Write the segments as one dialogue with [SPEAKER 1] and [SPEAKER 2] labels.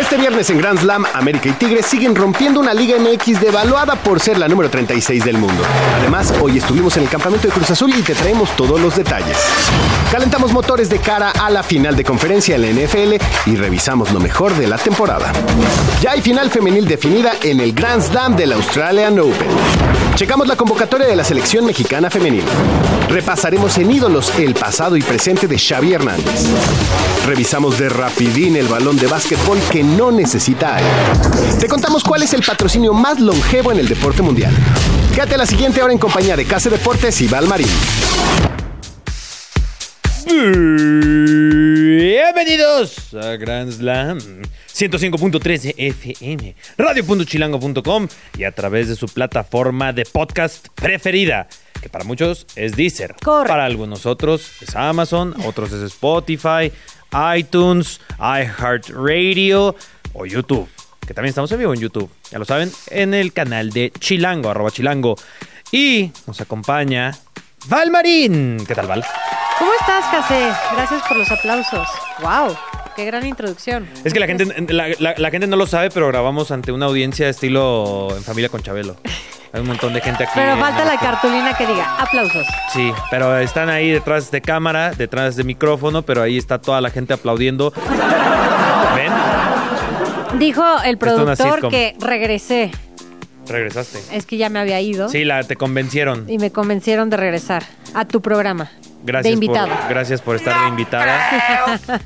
[SPEAKER 1] Este viernes en Grand Slam, América y Tigres siguen rompiendo una Liga MX devaluada por ser la número 36 del mundo. Además, hoy estuvimos en el campamento de Cruz Azul y te traemos todos los detalles. Calentamos motores de cara a la final de conferencia en la NFL y revisamos lo mejor de la temporada. Ya hay final femenil definida en el Grand Slam del Australian Open. Checamos la convocatoria de la selección mexicana femenil. Repasaremos en ídolos el pasado y presente de Xavi Hernández. Revisamos de rapidín el balón de básquetbol que no necesita aire. Te contamos cuál es el patrocinio más longevo en el deporte mundial. Quédate a la siguiente hora en compañía de Case Deportes y Valmarín.
[SPEAKER 2] Bienvenidos a Grand Slam 105.13 FM, radio.chilango.com y a través de su plataforma de podcast preferida, que para muchos es Deezer.
[SPEAKER 3] Correcto.
[SPEAKER 2] Para algunos otros es Amazon, otros es Spotify, iTunes, iHeartRadio o YouTube, que también estamos en vivo en YouTube, ya lo saben, en el canal de Chilango, arroba Chilango. Y nos acompaña Val Marín. ¿Qué tal, Val?
[SPEAKER 3] ¿Cómo estás, José? Gracias por los aplausos. ¡Wow! ¡Qué gran introducción!
[SPEAKER 2] Es que la gente, la, la- la gente no lo sabe, pero grabamos ante una audiencia estilo en familia con Chabelo. Hay un montón de gente aquí.
[SPEAKER 3] Pero
[SPEAKER 2] en
[SPEAKER 3] falta la
[SPEAKER 2] Austin.
[SPEAKER 3] cartulina que diga aplausos.
[SPEAKER 2] Sí, pero están ahí detrás de cámara, detrás de micrófono, pero ahí está toda la gente aplaudiendo. ¿Ven?
[SPEAKER 3] Dijo el
[SPEAKER 2] Esto es una
[SPEAKER 3] productor
[SPEAKER 2] sitcom.
[SPEAKER 3] que regresé.
[SPEAKER 2] Regresaste.
[SPEAKER 3] Es que ya me había ido.
[SPEAKER 2] Sí, la, te convencieron.
[SPEAKER 3] Y me convencieron de regresar a tu programa.
[SPEAKER 2] Gracias,
[SPEAKER 3] De invitado.
[SPEAKER 2] Por, gracias por estar de invitada.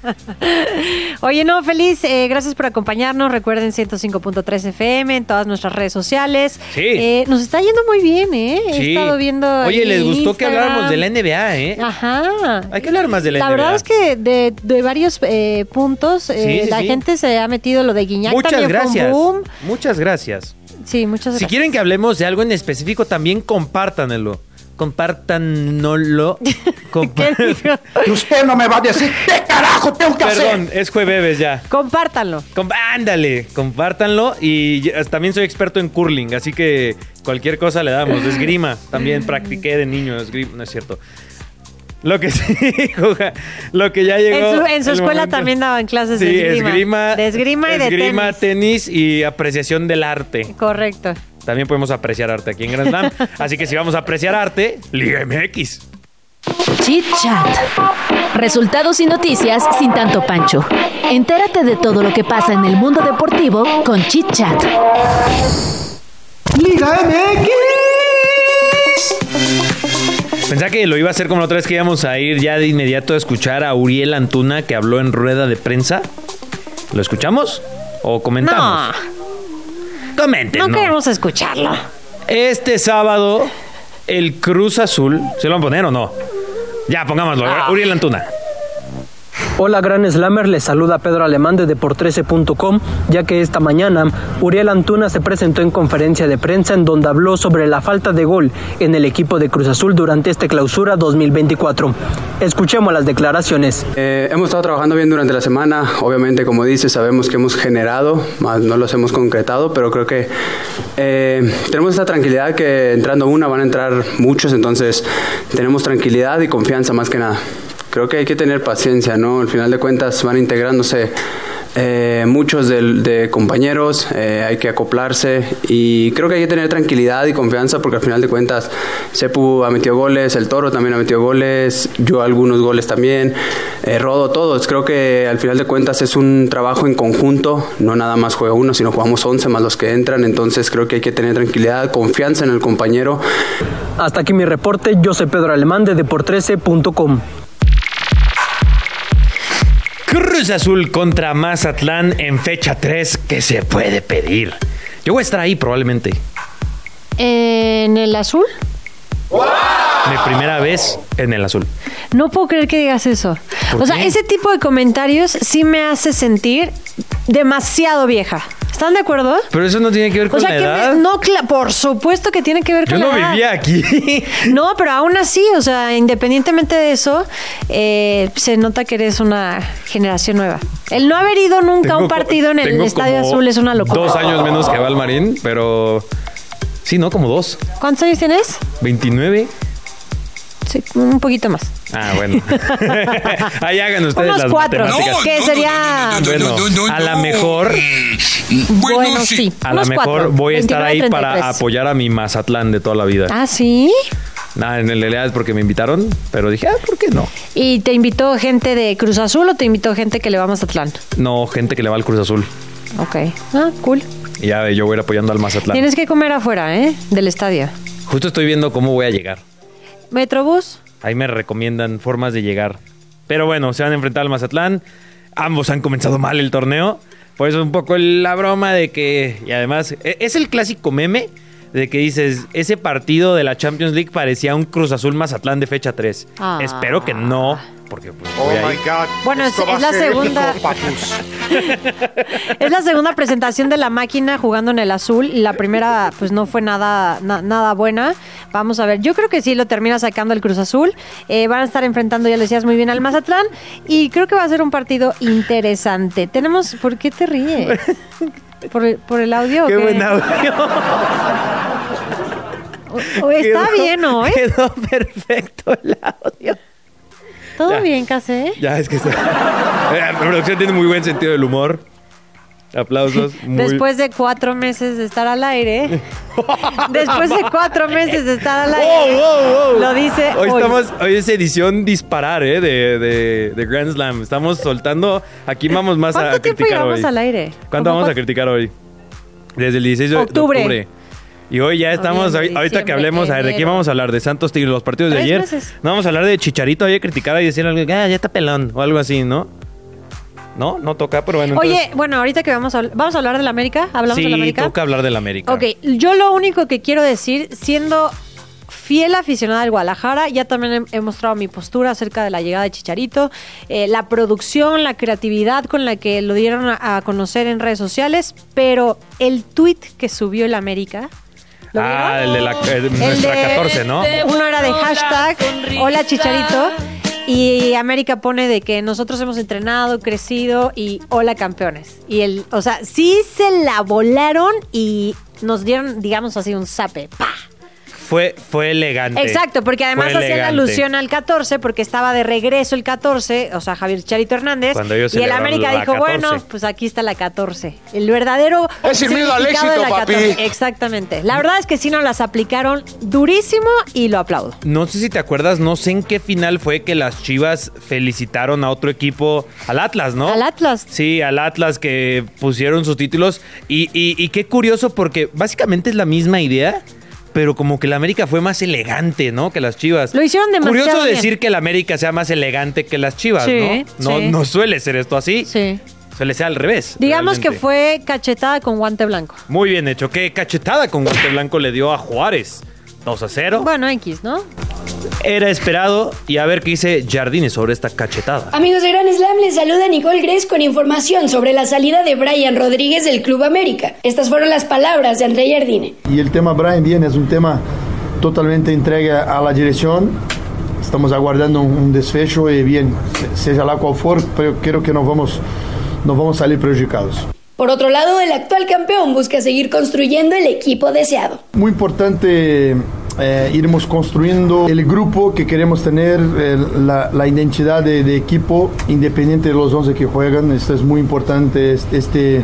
[SPEAKER 3] Oye, no, feliz. eh, gracias por acompañarnos. Recuerden 105.3 FM en todas nuestras redes sociales.
[SPEAKER 2] Sí.
[SPEAKER 3] Eh, nos está yendo muy bien, ¿eh? He
[SPEAKER 2] Sí.
[SPEAKER 3] estado viendo.
[SPEAKER 2] Oye,
[SPEAKER 3] ahí
[SPEAKER 2] les gustó que
[SPEAKER 3] Instagram. Ah,
[SPEAKER 2] habláramos de la NBA, ¿eh?
[SPEAKER 3] Ajá.
[SPEAKER 2] Hay que hablar más de la,
[SPEAKER 3] La
[SPEAKER 2] NBA.
[SPEAKER 3] verdad es que de, de varios eh, puntos eh,
[SPEAKER 2] Sí, sí,
[SPEAKER 3] la
[SPEAKER 2] sí.
[SPEAKER 3] gente se ha metido lo de Guiñac
[SPEAKER 2] Muchas
[SPEAKER 3] también
[SPEAKER 2] gracias.
[SPEAKER 3] fue un boom.
[SPEAKER 2] Muchas gracias.
[SPEAKER 3] Sí, muchas
[SPEAKER 2] Si
[SPEAKER 3] gracias.
[SPEAKER 2] quieren que hablemos de algo en específico, también compártanelo. Compártanlo. Compa-
[SPEAKER 3] ¿Qué dijo?
[SPEAKER 4] Y usted no me va a decir qué carajo tengo que hacer.
[SPEAKER 2] Perdón, es jueves ya.
[SPEAKER 3] Compártanlo.
[SPEAKER 2] Com- ándale, compártanlo. Y ya- también soy experto en curling, así que cualquier cosa le damos. Esgrima, también practiqué de niño. Esgrima, no es cierto. Lo que sí, juega- lo que ya llegó.
[SPEAKER 3] En su, en su
[SPEAKER 2] el
[SPEAKER 3] escuela
[SPEAKER 2] momento.
[SPEAKER 3] también daban clases
[SPEAKER 2] Sí,
[SPEAKER 3] de esgrima.
[SPEAKER 2] esgrima.
[SPEAKER 3] de esgrima y de
[SPEAKER 2] esgrima,
[SPEAKER 3] tenis.
[SPEAKER 2] tenis y apreciación del arte.
[SPEAKER 3] Correcto.
[SPEAKER 2] También podemos apreciar arte aquí en Grand Slam. Así que si vamos a apreciar arte, Liga MX.
[SPEAKER 5] Chit Chat. Resultados y noticias sin tanto pancho. Entérate de todo lo que pasa en el mundo deportivo con Chit Chat.
[SPEAKER 4] Liga MX.
[SPEAKER 2] Pensaba que lo iba a hacer como la otra vez que íbamos a ir ya de inmediato a escuchar a Uriel Antuna que habló en rueda de prensa. ¿Lo escuchamos? ¿O
[SPEAKER 3] No,
[SPEAKER 2] comentamos? Comenten.
[SPEAKER 3] no,
[SPEAKER 2] no.
[SPEAKER 3] queremos escucharlo.
[SPEAKER 2] Este sábado, el Cruz Azul. ¿Se lo van a poner o no? Ya, pongámoslo. ¿eh?
[SPEAKER 3] Ah.
[SPEAKER 2] Uriel Antuna.
[SPEAKER 6] Hola Gran Slammer, les saluda Pedro Alemán de Depor13.com, ya que esta mañana Uriel Antuna se presentó en conferencia de prensa en donde habló sobre la falta de gol en el equipo de Cruz Azul durante esta clausura 2024. Escuchemos las declaraciones.
[SPEAKER 7] Eh, hemos estado trabajando bien durante la semana. Obviamente, como dices, sabemos que hemos generado, más no los hemos concretado, pero creo que eh, tenemos esta tranquilidad que entrando una van a entrar muchos, entonces tenemos tranquilidad y confianza más que nada. Creo que hay que tener paciencia, ¿no? Al final de cuentas van integrándose eh, muchos del- de, compañeros, eh, hay que acoplarse y creo que hay que tener tranquilidad y confianza porque al final de cuentas Sepu ha metido goles, el Toro también ha metido goles, yo algunos goles también, eh, Rodo todos, creo que al final de cuentas es un trabajo en conjunto, no nada más juega uno, sino jugamos 11 más los que entran, entonces creo que hay que tener tranquilidad, confianza en el compañero
[SPEAKER 6] Hasta aquí mi reporte, yo soy Pedro Alemán de Depor13.com.
[SPEAKER 2] Cruz Azul contra Mazatlán en fecha 3. ¿Qué se puede pedir? Yo voy a estar ahí probablemente.
[SPEAKER 3] ¿En el azul?
[SPEAKER 2] Mi primera vez en el azul.
[SPEAKER 3] No puedo creer que digas eso.
[SPEAKER 2] ¿Por
[SPEAKER 3] O sea,
[SPEAKER 2] qué?
[SPEAKER 3] ese tipo de comentarios sí me hace sentir demasiado vieja. ¿Están de acuerdo?
[SPEAKER 2] Pero eso no tiene que ver con
[SPEAKER 3] O sea,
[SPEAKER 2] la
[SPEAKER 3] que
[SPEAKER 2] edad.
[SPEAKER 3] me- no, cla- por supuesto que tiene que ver
[SPEAKER 2] Yo
[SPEAKER 3] con
[SPEAKER 2] no
[SPEAKER 3] la edad.
[SPEAKER 2] vivía aquí.
[SPEAKER 3] No, pero aún así, o sea, independientemente de eso, eh, se nota que eres una generación nueva. El no haber ido nunca a
[SPEAKER 2] Tengo co-
[SPEAKER 3] un partido en el
[SPEAKER 2] tengo
[SPEAKER 3] Estadio
[SPEAKER 2] como
[SPEAKER 3] Azul es una locura.
[SPEAKER 2] Dos años menos que Valmarín, pero. Sí, no, como dos.
[SPEAKER 3] ¿Cuántos años tienes?
[SPEAKER 2] 29.
[SPEAKER 3] Sí, un poquito más.
[SPEAKER 2] Ah, bueno. Ahí hagan ustedes
[SPEAKER 3] Unos
[SPEAKER 2] las
[SPEAKER 3] cuatro.
[SPEAKER 2] matemáticas.
[SPEAKER 3] No, que sería-
[SPEAKER 2] Bueno, a la mejor-
[SPEAKER 8] Mm, Bueno,
[SPEAKER 3] Bueno,
[SPEAKER 8] sí.
[SPEAKER 3] sí.
[SPEAKER 2] A lo
[SPEAKER 3] unos
[SPEAKER 2] mejor
[SPEAKER 3] cuatro.
[SPEAKER 2] voy a estar ahí
[SPEAKER 3] 29,
[SPEAKER 2] para
[SPEAKER 3] 33.
[SPEAKER 2] apoyar a mi Mazatlán de toda la vida.
[SPEAKER 3] Ah, sí.
[SPEAKER 2] Nada, en realidad es porque me invitaron, pero dije, ah, ¿por qué no?
[SPEAKER 3] ¿Y te invitó gente de Cruz Azul o te invitó gente que le va a Mazatlán?
[SPEAKER 2] No, gente que le va al Cruz Azul.
[SPEAKER 3] Ok. Ah, cool.
[SPEAKER 2] Y ya yo voy a ir apoyando al Mazatlán.
[SPEAKER 3] Tienes que comer afuera, ¿eh? Del estadio.
[SPEAKER 2] Justo estoy viendo cómo voy a llegar.
[SPEAKER 3] Metrobús.
[SPEAKER 2] Ahí me recomiendan formas de llegar. Pero bueno, se van a enfrentar al Mazatlán. Ambos han comenzado mal el torneo. Por eso un poco la broma de que... Y además, e- es el clásico meme de que dices, ese partido de la Champions League parecía un Cruz Azul Mazatlán de fecha 3.
[SPEAKER 3] Ah.
[SPEAKER 2] Espero que no, porque pues, voy a ir.
[SPEAKER 4] Oh God.
[SPEAKER 3] Bueno,
[SPEAKER 4] Esto
[SPEAKER 3] es-
[SPEAKER 4] va
[SPEAKER 3] es la
[SPEAKER 4] a ser
[SPEAKER 3] segunda-
[SPEAKER 4] épico, papus.
[SPEAKER 3] Es la segunda presentación de la máquina jugando en el azul. La primera, pues no fue nada, na- nada buena. Vamos a ver. Yo creo que sí lo termina sacando el Cruz Azul. Eh, van a estar enfrentando, ya lo decías muy bien, al Mazatlán. Y creo que va a ser un partido interesante. Tenemos. ¿Por qué te ríes? ¿Por el, por el audio? o
[SPEAKER 2] ¡Qué
[SPEAKER 3] qué?
[SPEAKER 2] buen audio!
[SPEAKER 3] O- o está
[SPEAKER 2] Quedó-
[SPEAKER 3] bien hoy.
[SPEAKER 2] Quedó perfecto el audio.
[SPEAKER 3] Todo
[SPEAKER 2] Ya.
[SPEAKER 3] bien, Case.
[SPEAKER 2] Ya, es que está... Eh, La producción tiene muy buen sentido del humor. Aplausos. Muy...
[SPEAKER 3] Después de cuatro meses de estar al aire. Después de cuatro meses de estar al aire.
[SPEAKER 2] ¡Wow, wow, wow!
[SPEAKER 3] Lo dice
[SPEAKER 2] Hoy,
[SPEAKER 3] hoy.
[SPEAKER 2] estamos, hoy es edición disparar, ¿eh? De, de- de Grand Slam. Estamos soltando. Aquí vamos más a,
[SPEAKER 3] ¿Cuánto tiempo
[SPEAKER 2] criticar
[SPEAKER 3] llevamos
[SPEAKER 2] hoy.
[SPEAKER 3] al aire?
[SPEAKER 2] ¿Cuánto
[SPEAKER 3] Como
[SPEAKER 2] vamos a
[SPEAKER 3] cuat-
[SPEAKER 2] criticar hoy? Desde el 16 de de
[SPEAKER 3] Octubre.
[SPEAKER 2] octubre. Y hoy ya estamos,
[SPEAKER 3] Noviembre,
[SPEAKER 2] ahori- ahorita que
[SPEAKER 3] diciembre,
[SPEAKER 2] hablemos, a ver, ¿de qué
[SPEAKER 3] enero.
[SPEAKER 2] vamos a hablar? De Santos Tigres, los partidos de
[SPEAKER 3] Tres
[SPEAKER 2] ayer.
[SPEAKER 3] meses.
[SPEAKER 2] No vamos a hablar de Chicharito, ayer criticar y decir algo, ah, ya está pelón, o algo así, ¿no? No, no toca, pero bueno.
[SPEAKER 3] Oye, bueno, ahorita que vamos a, habl- vamos a hablar de la América, hablamos
[SPEAKER 2] entonces,
[SPEAKER 3] de
[SPEAKER 2] sí,
[SPEAKER 3] la América.
[SPEAKER 2] toca hablar del América.
[SPEAKER 3] Ok, yo lo único que quiero decir, siendo fiel aficionada del Guadalajara, ya también he, he mostrado mi postura acerca de la llegada de Chicharito, eh, la producción, la creatividad con la que lo dieron a, a conocer en redes sociales, pero el tweet que subió el América. ¿lo
[SPEAKER 2] Ah, el de la eh,
[SPEAKER 3] El
[SPEAKER 2] nuestra
[SPEAKER 3] de- este-
[SPEAKER 2] 14, ¿no?
[SPEAKER 3] Uno era de hashtag Hola Chicharito y América pone de que nosotros hemos entrenado, crecido y hola campeones. Y el, o sea, sí se la volaron y nos dieron, digamos así, un zape. ¡Pa!
[SPEAKER 2] Fue, fue elegante.
[SPEAKER 3] Exacto, porque además
[SPEAKER 2] Fue
[SPEAKER 3] hacían
[SPEAKER 2] elegante.
[SPEAKER 3] alusión al 14 porque estaba de regreso el 14, o sea, Javier Chicharito Hernández.
[SPEAKER 2] Cuando ellos
[SPEAKER 3] y el
[SPEAKER 2] celebraron
[SPEAKER 3] América
[SPEAKER 2] la
[SPEAKER 3] dijo,
[SPEAKER 2] 14.
[SPEAKER 3] bueno, pues aquí está la 14. El verdadero
[SPEAKER 4] Es ir miedo al
[SPEAKER 3] significado de
[SPEAKER 4] éxito,
[SPEAKER 3] la
[SPEAKER 4] papi.
[SPEAKER 3] 14. Exactamente. La verdad es que sí nos las aplicaron durísimo y lo aplaudo.
[SPEAKER 2] No sé si te acuerdas, no sé en qué final fue que las Chivas felicitaron a otro equipo, al Atlas, ¿no?
[SPEAKER 3] Al Atlas.
[SPEAKER 2] Sí, al Atlas que pusieron sus títulos. Y, y- y qué curioso porque básicamente es la misma idea, pero como que la América fue más elegante, ¿no? Que las Chivas.
[SPEAKER 3] Lo hicieron demasiado
[SPEAKER 2] Curioso
[SPEAKER 3] bien.
[SPEAKER 2] decir que la América sea más elegante que las Chivas,
[SPEAKER 3] Sí,
[SPEAKER 2] ¿no? No,
[SPEAKER 3] sí.
[SPEAKER 2] no suele ser esto así.
[SPEAKER 3] Sí.
[SPEAKER 2] Suele ser al revés.
[SPEAKER 3] Digamos que
[SPEAKER 2] realmente.
[SPEAKER 3] fue cachetada con guante blanco.
[SPEAKER 2] Muy bien hecho. Qué cachetada con guante blanco le dio a Juárez. 2 a 0.
[SPEAKER 3] Bueno, X, ¿no?
[SPEAKER 2] Era esperado y a ver qué dice Jardines sobre esta cachetada.
[SPEAKER 9] Amigos de Gran Slam, les saluda Nicole Grace con información sobre la salida de Brian Rodríguez del Club América. Estas fueron las palabras de André Jardine.
[SPEAKER 10] Y el tema Brian Bien es un tema totalmente entregue a la dirección. Estamos aguardando un, un desfecho y bien, se- sea la cual for, pero creo que no vamos, no vamos a salir perjudicados.
[SPEAKER 9] Por otro lado, el actual campeón busca seguir construyendo el equipo deseado.
[SPEAKER 10] Muy importante eh, irmos construyendo el grupo que queremos tener, eh, la, la identidad de, de equipo, independiente de los 11 que juegan. Esto es muy importante. es- Este,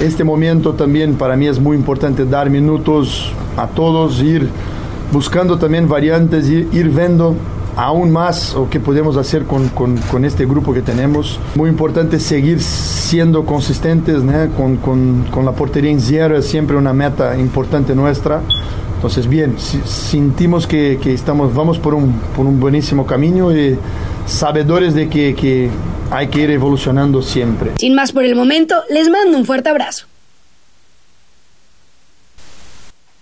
[SPEAKER 10] este momento también para mí es muy importante dar minutos a todos, ir buscando también variantes, ir, ir viendo aún más o qué podemos hacer con, con- con este grupo que tenemos. Muy importante seguir siendo consistentes ¿no? con, con- con la portería en cierre, es siempre una meta importante nuestra. Entonces, bien, si- sentimos que, que estamos, vamos por un, por un buenísimo camino y sabedores de que, que hay que ir evolucionando siempre.
[SPEAKER 9] Sin más por el momento, les mando un fuerte abrazo.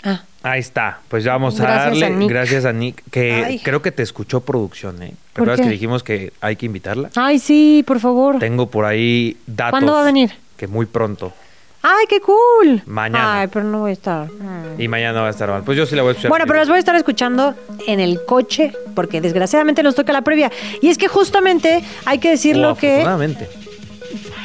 [SPEAKER 3] Ah,
[SPEAKER 2] Ahí está. Pues ya vamos a
[SPEAKER 3] Gracias a
[SPEAKER 2] darle.
[SPEAKER 3] Nick.
[SPEAKER 2] gracias a Nick. Que
[SPEAKER 3] Ay.
[SPEAKER 2] creo que te escuchó producción, ¿eh?
[SPEAKER 3] ¿Por
[SPEAKER 2] ¿Recuerdas
[SPEAKER 3] qué?
[SPEAKER 2] que dijimos que hay que invitarla?
[SPEAKER 3] Ay, sí, por favor.
[SPEAKER 2] Tengo por ahí datos.
[SPEAKER 3] ¿Cuándo va a venir?
[SPEAKER 2] Que muy pronto.
[SPEAKER 3] Ay, qué cool.
[SPEAKER 2] Mañana.
[SPEAKER 3] Ay, pero no voy a estar.
[SPEAKER 2] Y mañana va a estar mal. Pues yo sí la voy a escuchar.
[SPEAKER 3] Bueno, pero las voy a estar escuchando en el coche porque desgraciadamente nos toca la previa. Y es que justamente hay que decir
[SPEAKER 2] O
[SPEAKER 3] lo que...
[SPEAKER 2] Afortunadamente.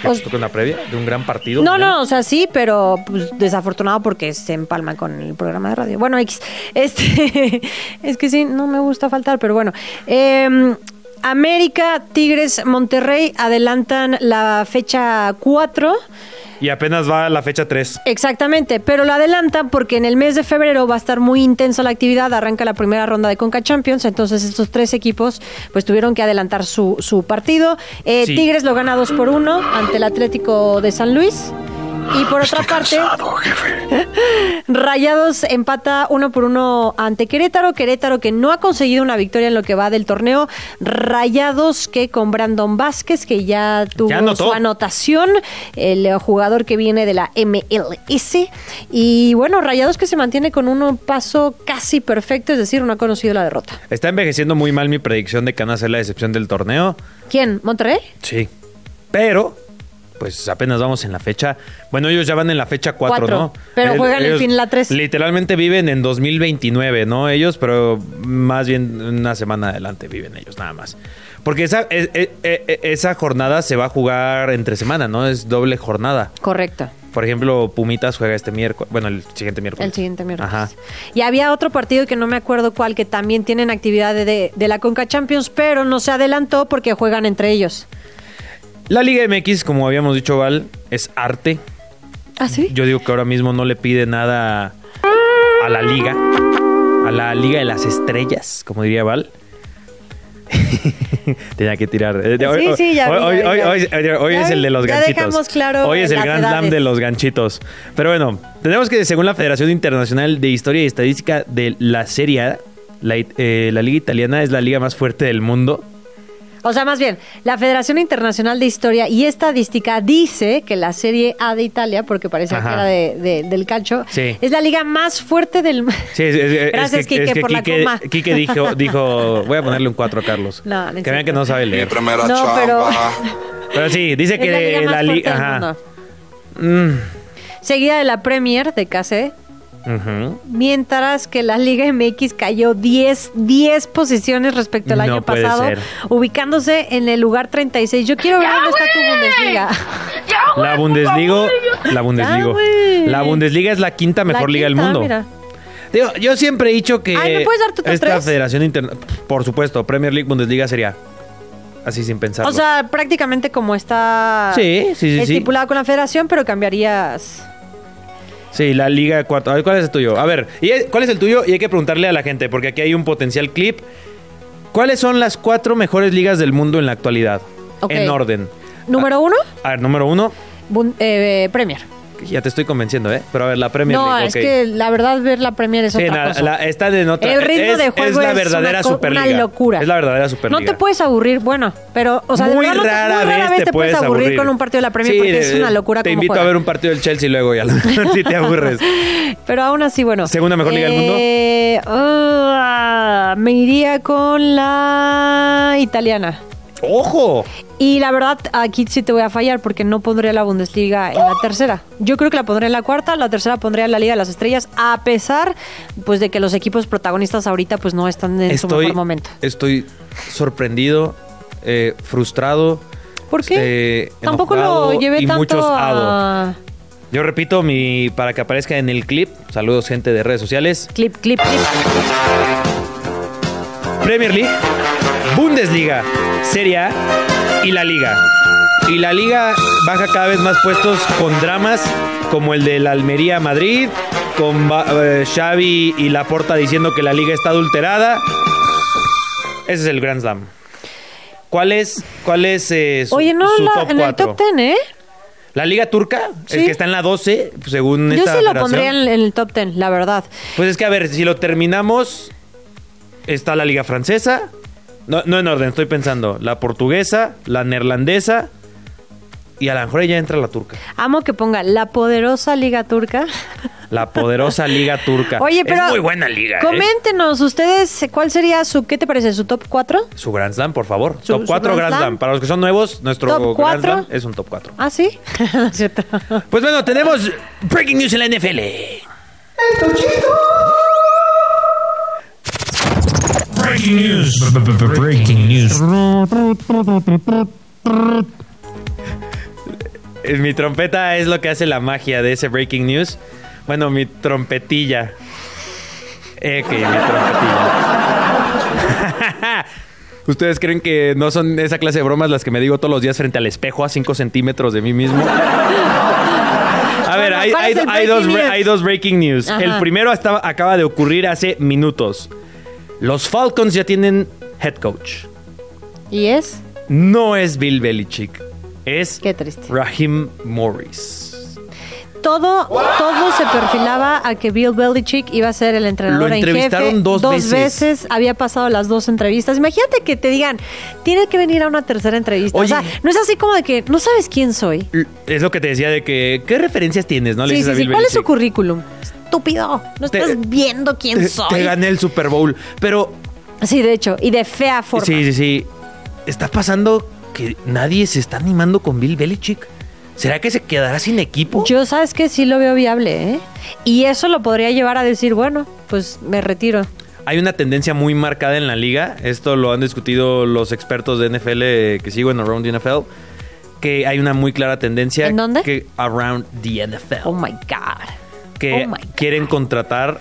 [SPEAKER 2] Que
[SPEAKER 3] Os-
[SPEAKER 2] nos toque una previa de un gran partido.
[SPEAKER 3] No,
[SPEAKER 2] mañana.
[SPEAKER 3] no, o sea, sí, pero pues, desafortunado porque se empalma con el programa de radio. Bueno, X. Este, es que sí, no me gusta faltar, pero bueno. Eh, América, Tigres, Monterrey adelantan la fecha 4.
[SPEAKER 2] Y apenas va la fecha 3.
[SPEAKER 3] Exactamente, pero lo adelantan porque en el mes de febrero va a estar muy intensa la actividad, arranca la primera ronda de Conca Champions, entonces estos tres equipos pues tuvieron que adelantar su, su partido. Eh,
[SPEAKER 2] Sí.
[SPEAKER 3] Tigres lo gana 2 por 1 ante el Atlético de San Luis. Y por otra parte, Rayados empata 1 por 1 ante Querétaro, Querétaro que no ha conseguido una victoria en lo que va del torneo, Rayados que con Brandon Vázquez que ya tuvo
[SPEAKER 2] Ya anotó.
[SPEAKER 3] su anotación, el jugador que viene de la MLS. Y bueno, Rayados que se mantiene con un paso casi perfecto, es decir, no ha conocido la derrota.
[SPEAKER 2] Está envejeciendo muy mal mi predicción de que van a ser la decepción del torneo.
[SPEAKER 3] ¿Quién? ¿Monterrey?
[SPEAKER 2] Sí. Pero, pues apenas vamos en la fecha. Bueno, ellos ya van en la fecha 4,
[SPEAKER 3] Cuatro.
[SPEAKER 2] ¿no?
[SPEAKER 3] Pero
[SPEAKER 2] El-
[SPEAKER 3] juegan en
[SPEAKER 2] ellos
[SPEAKER 3] fin la tres.
[SPEAKER 2] Literalmente viven en 2029, ¿no? Ellos, pero más bien una semana adelante viven ellos, nada más. Porque esa, e- e- e- esa jornada se va a jugar entre semana, ¿no? Es doble jornada.
[SPEAKER 3] Correcto.
[SPEAKER 2] Por ejemplo, Pumitas juega este miércoles. Bueno, el siguiente miércoles.
[SPEAKER 3] El siguiente miércoles.
[SPEAKER 2] Ajá.
[SPEAKER 3] Y había otro partido que no me acuerdo cuál, que también tienen actividad de, de- de la Conca Champions, pero no se adelantó porque juegan entre ellos.
[SPEAKER 2] La Liga MX, como habíamos dicho, Val, es arte.
[SPEAKER 3] ¿Ah, sí?
[SPEAKER 2] Yo digo que ahora mismo no le pide nada a la liga, a la liga de las estrellas, como diría Val. Tenía que tirar. Eh,
[SPEAKER 3] Sí,
[SPEAKER 2] hoy-
[SPEAKER 3] sí, ya
[SPEAKER 2] hoy,
[SPEAKER 3] vi,
[SPEAKER 2] hoy-
[SPEAKER 3] ya vi, ya
[SPEAKER 2] hoy-
[SPEAKER 3] vi.
[SPEAKER 2] hoy- hoy
[SPEAKER 3] Ya
[SPEAKER 2] es el de los
[SPEAKER 3] vi, ya
[SPEAKER 2] ganchitos.
[SPEAKER 3] dejamos claro
[SPEAKER 2] hoy es el
[SPEAKER 3] las
[SPEAKER 2] Grand Slam
[SPEAKER 3] edades.
[SPEAKER 2] de los ganchitos. Pero bueno, tenemos que, según la Federación Internacional de Historia y Estadística de la Serie A, la, it- eh, la liga italiana es la liga más fuerte del mundo.
[SPEAKER 3] O sea, más bien, la Federación Internacional de Historia y Estadística dice que la Serie A de Italia, porque parece
[SPEAKER 2] Ajá.
[SPEAKER 3] que era de- de- del calcio,
[SPEAKER 2] Sí.
[SPEAKER 3] es la liga más fuerte del mundo.
[SPEAKER 2] Sí, es, es- es
[SPEAKER 3] Gracias,
[SPEAKER 2] que,
[SPEAKER 3] Quique,
[SPEAKER 2] es que
[SPEAKER 3] por la
[SPEAKER 2] Quique-
[SPEAKER 3] coma.
[SPEAKER 2] Quique dijo, dijo, voy a ponerle un 4 a Carlos.
[SPEAKER 3] No, no es
[SPEAKER 2] que vean
[SPEAKER 3] cierto.
[SPEAKER 2] que no sabe leer.
[SPEAKER 3] No, pero
[SPEAKER 2] Pero sí, dice que
[SPEAKER 3] es la liga
[SPEAKER 2] la
[SPEAKER 3] más fuerte
[SPEAKER 2] liga...
[SPEAKER 3] del
[SPEAKER 2] Ajá. Mm.
[SPEAKER 3] mundo. Seguida de la Premier de KC,
[SPEAKER 2] Ujú.
[SPEAKER 3] mientras que la Liga MX cayó 10, 10 posiciones respecto al
[SPEAKER 2] No
[SPEAKER 3] año
[SPEAKER 2] puede
[SPEAKER 3] pasado,
[SPEAKER 2] ser.
[SPEAKER 3] ubicándose en el lugar 36. Yo quiero ver dónde está tu Bundesliga. Ah,
[SPEAKER 2] La Bundesliga, la
[SPEAKER 3] Ya,
[SPEAKER 2] Bundesliga,
[SPEAKER 3] Ah, güey.
[SPEAKER 2] la Bundesliga es la quinta mejor
[SPEAKER 3] La
[SPEAKER 2] liga
[SPEAKER 3] quinta,
[SPEAKER 2] del mundo.
[SPEAKER 3] mira.
[SPEAKER 2] Digo, yo siempre he dicho que
[SPEAKER 3] Ay, ¿me puedes dar tu top
[SPEAKER 2] esta
[SPEAKER 3] tres?
[SPEAKER 2] Federación Internacional, por supuesto, Premier League, Bundesliga sería así sin pensarlo.
[SPEAKER 3] O sea, prácticamente como está
[SPEAKER 2] Sí, sí, sí, sí.
[SPEAKER 3] estipulado con la federación, pero cambiarías.
[SPEAKER 2] sí, la liga de cuarto. A ver, ¿cuál es el tuyo? A ver, ¿y es- ¿cuál es el tuyo? Y hay que preguntarle a la gente porque aquí hay un potencial clip. ¿Cuáles son las cuatro mejores ligas del mundo en la actualidad?
[SPEAKER 3] Ok.
[SPEAKER 2] En orden. Ah.
[SPEAKER 3] Número uno,
[SPEAKER 2] A ver, número uno.
[SPEAKER 3] Bun- eh, Premier.
[SPEAKER 2] Ya te estoy convenciendo, ¿eh? Pero a ver, la Premier
[SPEAKER 3] no,
[SPEAKER 2] League.
[SPEAKER 3] es
[SPEAKER 2] ok.
[SPEAKER 3] que la verdad ver la Premier es
[SPEAKER 2] Sí,
[SPEAKER 3] otra
[SPEAKER 2] na-
[SPEAKER 3] cosa.
[SPEAKER 2] la- está de nota.
[SPEAKER 3] el ritmo
[SPEAKER 2] es,
[SPEAKER 3] de juego
[SPEAKER 2] es la
[SPEAKER 3] una
[SPEAKER 2] verdadera
[SPEAKER 3] co-
[SPEAKER 2] superliga.
[SPEAKER 3] Una locura.
[SPEAKER 2] Es la verdadera superliga.
[SPEAKER 3] No te puedes aburrir, bueno, pero, o sea, de
[SPEAKER 2] muy
[SPEAKER 3] verdad no te-
[SPEAKER 2] rara,
[SPEAKER 3] muy
[SPEAKER 2] vez
[SPEAKER 3] te puedes aburrir, con un partido de la Premier
[SPEAKER 2] Sí,
[SPEAKER 3] porque es
[SPEAKER 2] eh,
[SPEAKER 3] una locura
[SPEAKER 2] Te
[SPEAKER 3] como
[SPEAKER 2] invito a
[SPEAKER 3] juegan.
[SPEAKER 2] ver un partido del Chelsea luego y a la si te aburres.
[SPEAKER 3] Pero aún así, bueno.
[SPEAKER 2] ¿Segunda mejor liga del mundo?
[SPEAKER 3] Eh, ah, me iría con la italiana.
[SPEAKER 2] ¡Ojo!
[SPEAKER 3] Y la verdad, aquí sí te voy a fallar porque no pondría la Bundesliga en la tercera. Yo creo que la pondría en la cuarta, la tercera pondría en la Liga de las Estrellas, a pesar pues de que los equipos protagonistas ahorita pues no están en su
[SPEAKER 2] Estoy,
[SPEAKER 3] mejor momento.
[SPEAKER 2] estoy sorprendido, eh, frustrado.
[SPEAKER 3] ¿Por qué?
[SPEAKER 2] este,
[SPEAKER 3] Tampoco lo
[SPEAKER 2] enojado
[SPEAKER 3] llevé
[SPEAKER 2] y muchos
[SPEAKER 3] tanto
[SPEAKER 2] ado.
[SPEAKER 3] a...
[SPEAKER 2] Yo repito, mi para que aparezca en el clip, saludos gente de redes sociales,
[SPEAKER 3] Clip, clip, clip.
[SPEAKER 2] Premier League, Bundesliga, Serie A y la Liga. Y la Liga baja cada vez más puestos con dramas como el de la Almería Madrid, con Ba- eh, Xavi y Laporta diciendo que la Liga está adulterada. Ese es el Grand Slam. ¿Cuál es, cuál es eh, su,
[SPEAKER 3] Oye, no,
[SPEAKER 2] su
[SPEAKER 3] la-
[SPEAKER 2] top
[SPEAKER 3] en el
[SPEAKER 2] 4?
[SPEAKER 3] top 10, ¿eh?
[SPEAKER 2] La Liga Turca,
[SPEAKER 3] Sí.
[SPEAKER 2] el que está en la 12, según
[SPEAKER 3] Yo
[SPEAKER 2] esta
[SPEAKER 3] sí lo
[SPEAKER 2] federación.
[SPEAKER 3] pondría en, en el top 10, la verdad.
[SPEAKER 2] Pues es que, a ver, si lo terminamos, está la Liga Francesa. No, no en orden, estoy pensando. La portuguesa, la neerlandesa. Y a lo mejor ya entra la turca.
[SPEAKER 3] Amo que ponga la poderosa Liga Turca.
[SPEAKER 2] la poderosa liga turca.
[SPEAKER 3] Oye, pero
[SPEAKER 2] es muy buena liga. ¿eh?
[SPEAKER 3] Coméntenos ustedes cuál sería su, ¿qué te parece? ¿Su top 4?
[SPEAKER 2] Su Grand Slam, por favor.
[SPEAKER 3] Su-
[SPEAKER 2] top
[SPEAKER 3] su
[SPEAKER 2] 4
[SPEAKER 3] Grand
[SPEAKER 2] Grand
[SPEAKER 3] Slam.
[SPEAKER 2] Slam. Para los que son nuevos, nuestro
[SPEAKER 3] Top
[SPEAKER 2] Grand
[SPEAKER 3] cuatro.
[SPEAKER 2] Slam es un top 4.
[SPEAKER 3] ¿Ah, sí? No es cierto.
[SPEAKER 2] Pues bueno, tenemos Breaking News en la NFL.
[SPEAKER 8] Breaking news. Breaking news.
[SPEAKER 2] Eh, Mi trompeta es lo que hace la magia de ese Breaking News. Bueno, mi trompetilla. Eh, que mi trompetilla. ¿Ustedes creen que no son esa clase de bromas las que me digo todos los días frente al espejo a 5 centímetros de mí mismo? A ver,
[SPEAKER 3] Bueno,
[SPEAKER 2] hay,
[SPEAKER 3] ¿cuál
[SPEAKER 2] hay-
[SPEAKER 3] es el
[SPEAKER 2] hay dos,
[SPEAKER 3] breaking
[SPEAKER 2] bre-
[SPEAKER 3] news?
[SPEAKER 2] hay dos breaking news.
[SPEAKER 3] Ajá.
[SPEAKER 2] El primero hasta- acaba de ocurrir hace minutos. Los Falcons ya tienen head coach.
[SPEAKER 3] ¿Y es?
[SPEAKER 2] No es Bill Belichick, es
[SPEAKER 3] Qué triste.
[SPEAKER 2] Raheem Morris.
[SPEAKER 3] Todo, todo se perfilaba a que Bill Belichick iba a ser el entrenador
[SPEAKER 2] Lo
[SPEAKER 3] en jefe.
[SPEAKER 2] entrevistaron dos veces.
[SPEAKER 3] Había pasado las dos entrevistas. Imagínate que te digan, tienes que venir a una tercera entrevista.
[SPEAKER 2] Oye.
[SPEAKER 3] O sea, no es así como de que no sabes quién soy.
[SPEAKER 2] Es lo que te decía de que, ¿qué referencias tienes? No le
[SPEAKER 3] sí,
[SPEAKER 2] dices
[SPEAKER 3] sí,
[SPEAKER 2] a
[SPEAKER 3] sí.
[SPEAKER 2] Bill
[SPEAKER 3] ¿Cuál es su
[SPEAKER 2] Belichick.
[SPEAKER 3] currículum? Estúpido. No
[SPEAKER 2] Te-
[SPEAKER 3] estás viendo quién
[SPEAKER 2] Te-
[SPEAKER 3] soy.
[SPEAKER 2] Te gané el Super Bowl. Pero,
[SPEAKER 3] Sí, de hecho. Y de fea forma.
[SPEAKER 2] sí, sí, sí. Está pasando que nadie se está animando con Bill Belichick. ¿Será que se quedará sin equipo?
[SPEAKER 3] Yo sabes que sí lo veo viable, ¿eh? Y eso lo podría llevar a decir, bueno, pues me retiro.
[SPEAKER 2] Hay una tendencia muy marcada en la liga. Esto lo han discutido los expertos de NFL eh, que sigo en Around the NFL. Que hay una muy clara tendencia.
[SPEAKER 3] ¿En dónde?
[SPEAKER 2] Que Around the NFL.
[SPEAKER 3] Oh my God.
[SPEAKER 2] que
[SPEAKER 3] Oh my God.
[SPEAKER 2] quieren contratar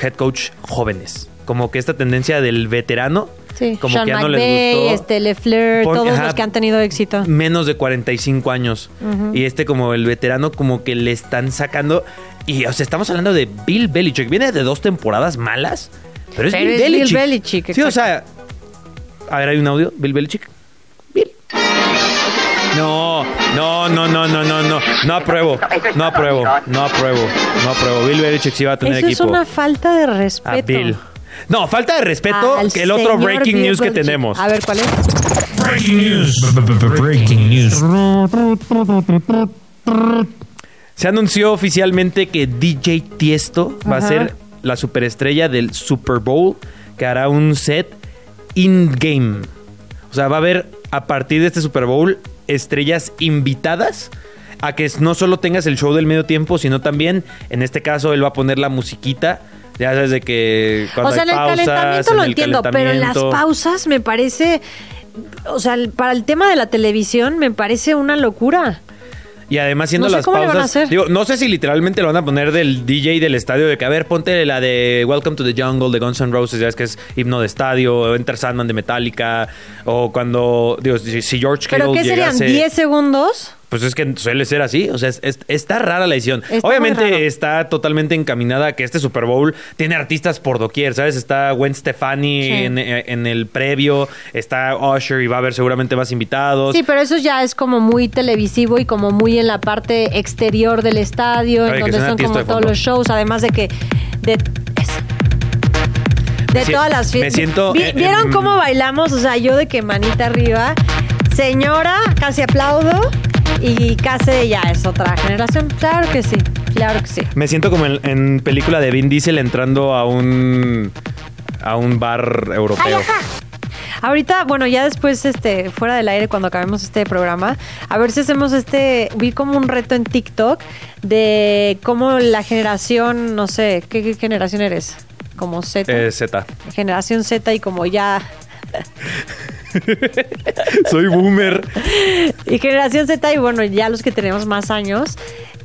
[SPEAKER 2] head coach jóvenes. Como que esta tendencia del veterano,
[SPEAKER 3] Sí,
[SPEAKER 2] como
[SPEAKER 3] Sean
[SPEAKER 2] que ya no les
[SPEAKER 3] McVay,
[SPEAKER 2] gustó.
[SPEAKER 3] este Lefleur,
[SPEAKER 2] Pon-
[SPEAKER 3] todos
[SPEAKER 2] ajá,
[SPEAKER 3] los que han tenido éxito.
[SPEAKER 2] Menos de 45 años. Y este como el veterano como que le están sacando... Y, o sea, estamos hablando de Bill Belichick. Viene de dos temporadas malas, pero es,
[SPEAKER 3] Pero
[SPEAKER 2] Bill,
[SPEAKER 3] es Bill
[SPEAKER 2] Belichick.
[SPEAKER 3] Belichick,
[SPEAKER 2] Sí, o sea... A ver, hay un audio. Bill Belichick. Bill. No, no, no, no, no, no, no. No apruebo. No apruebo. No apruebo. No apruebo. Bill Belichick sí va a tener
[SPEAKER 3] Eso es
[SPEAKER 2] equipo.
[SPEAKER 3] una falta de respeto.
[SPEAKER 2] A Bill. No, falta de respeto
[SPEAKER 3] Al
[SPEAKER 2] que el otro
[SPEAKER 3] señor
[SPEAKER 2] breaking
[SPEAKER 3] Bill
[SPEAKER 2] news que
[SPEAKER 3] Belichick.
[SPEAKER 2] tenemos.
[SPEAKER 3] A ver, ¿cuál es?
[SPEAKER 8] Breaking news. Breaking news.
[SPEAKER 2] Se anunció oficialmente que DJ Tiesto va a
[SPEAKER 3] Ajá.
[SPEAKER 2] ser la superestrella del Super Bowl, que hará un set in-game. O sea, va a haber a partir de este Super Bowl estrellas invitadas a que no solo tengas el show del medio tiempo, sino también, en este caso, él va a poner la musiquita. Ya sabes de que cuando
[SPEAKER 3] O sea,
[SPEAKER 2] hay
[SPEAKER 3] en el
[SPEAKER 2] pausas,
[SPEAKER 3] calentamiento
[SPEAKER 2] en
[SPEAKER 3] lo
[SPEAKER 2] el
[SPEAKER 3] entiendo, pero en las
[SPEAKER 2] calentamiento.
[SPEAKER 3] pausas me parece... O sea, el- para el tema de la televisión me parece una locura.
[SPEAKER 2] Y además siendo
[SPEAKER 3] No sé
[SPEAKER 2] las
[SPEAKER 3] cómo le van a
[SPEAKER 2] pausas,
[SPEAKER 3] hacer.
[SPEAKER 2] digo, no sé si literalmente lo van a poner del DJ del estadio de que a ver, ponte la de Welcome to the Jungle de Guns N' Roses, ya es que es himno de estadio, o Enter Sandman de Metallica o cuando digo, si si George
[SPEAKER 3] ¿Pero
[SPEAKER 2] Kittle
[SPEAKER 3] qué serían?
[SPEAKER 2] llegase-
[SPEAKER 3] ¿10 segundos?
[SPEAKER 2] pues es que suele ser así, o sea, es- es- está rara la edición.
[SPEAKER 3] Está muy raro.
[SPEAKER 2] Obviamente está totalmente encaminada a que este Super Bowl tiene artistas por doquier, ¿sabes? Está Gwen Stefani
[SPEAKER 3] Sí.
[SPEAKER 2] en, en el previo, está Usher y va a haber seguramente más invitados.
[SPEAKER 3] Sí, pero eso ya es como muy televisivo y como muy en la parte exterior del estadio,
[SPEAKER 2] Oye,
[SPEAKER 3] en
[SPEAKER 2] que
[SPEAKER 3] donde
[SPEAKER 2] suena
[SPEAKER 3] son
[SPEAKER 2] Tiesto
[SPEAKER 3] como
[SPEAKER 2] de
[SPEAKER 3] todos
[SPEAKER 2] fondo.
[SPEAKER 3] los shows, además de que de, es- de
[SPEAKER 2] Me si-
[SPEAKER 3] todas las
[SPEAKER 2] me siento,
[SPEAKER 3] Vi-
[SPEAKER 2] eh,
[SPEAKER 3] ¿Vieron
[SPEAKER 2] em,
[SPEAKER 3] cómo bailamos? O sea, yo de que manita arriba, señora, casi aplaudo y casi ya es otra generación. Claro que sí, claro que sí.
[SPEAKER 2] Me siento como en, en película de Vin Diesel entrando a un a un bar europeo.
[SPEAKER 3] Ahorita, bueno, ya después, este, fuera del aire, cuando acabemos este programa, a ver si hacemos este, vi como un reto en TikTok de cómo la generación, no sé, ¿qué, qué generación eres? Como Z.
[SPEAKER 2] Eh, Z.
[SPEAKER 3] Generación Z y como ya...
[SPEAKER 2] Soy boomer.
[SPEAKER 3] Y generación Z y bueno, ya los que tenemos más años,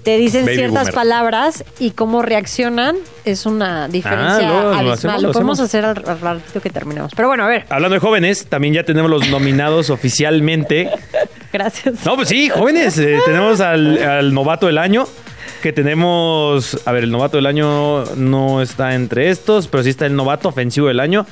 [SPEAKER 3] te dicen
[SPEAKER 2] Baby
[SPEAKER 3] ciertas
[SPEAKER 2] boomer.
[SPEAKER 3] palabras y cómo reaccionan es una diferencia
[SPEAKER 2] luego lo
[SPEAKER 3] abismal.
[SPEAKER 2] hacemos,
[SPEAKER 3] lo
[SPEAKER 2] lo
[SPEAKER 3] podemos
[SPEAKER 2] hacemos.
[SPEAKER 3] hacer al, al ratito que terminemos. Pero bueno, a ver,
[SPEAKER 2] Hablando de jóvenes, también ya tenemos los nominados oficialmente.
[SPEAKER 3] gracias.
[SPEAKER 2] No, pues sí, jóvenes. eh, tenemos al, al novato del año. Que tenemos. A ver, el novato del año no está entre estos, pero sí está el novato ofensivo del año.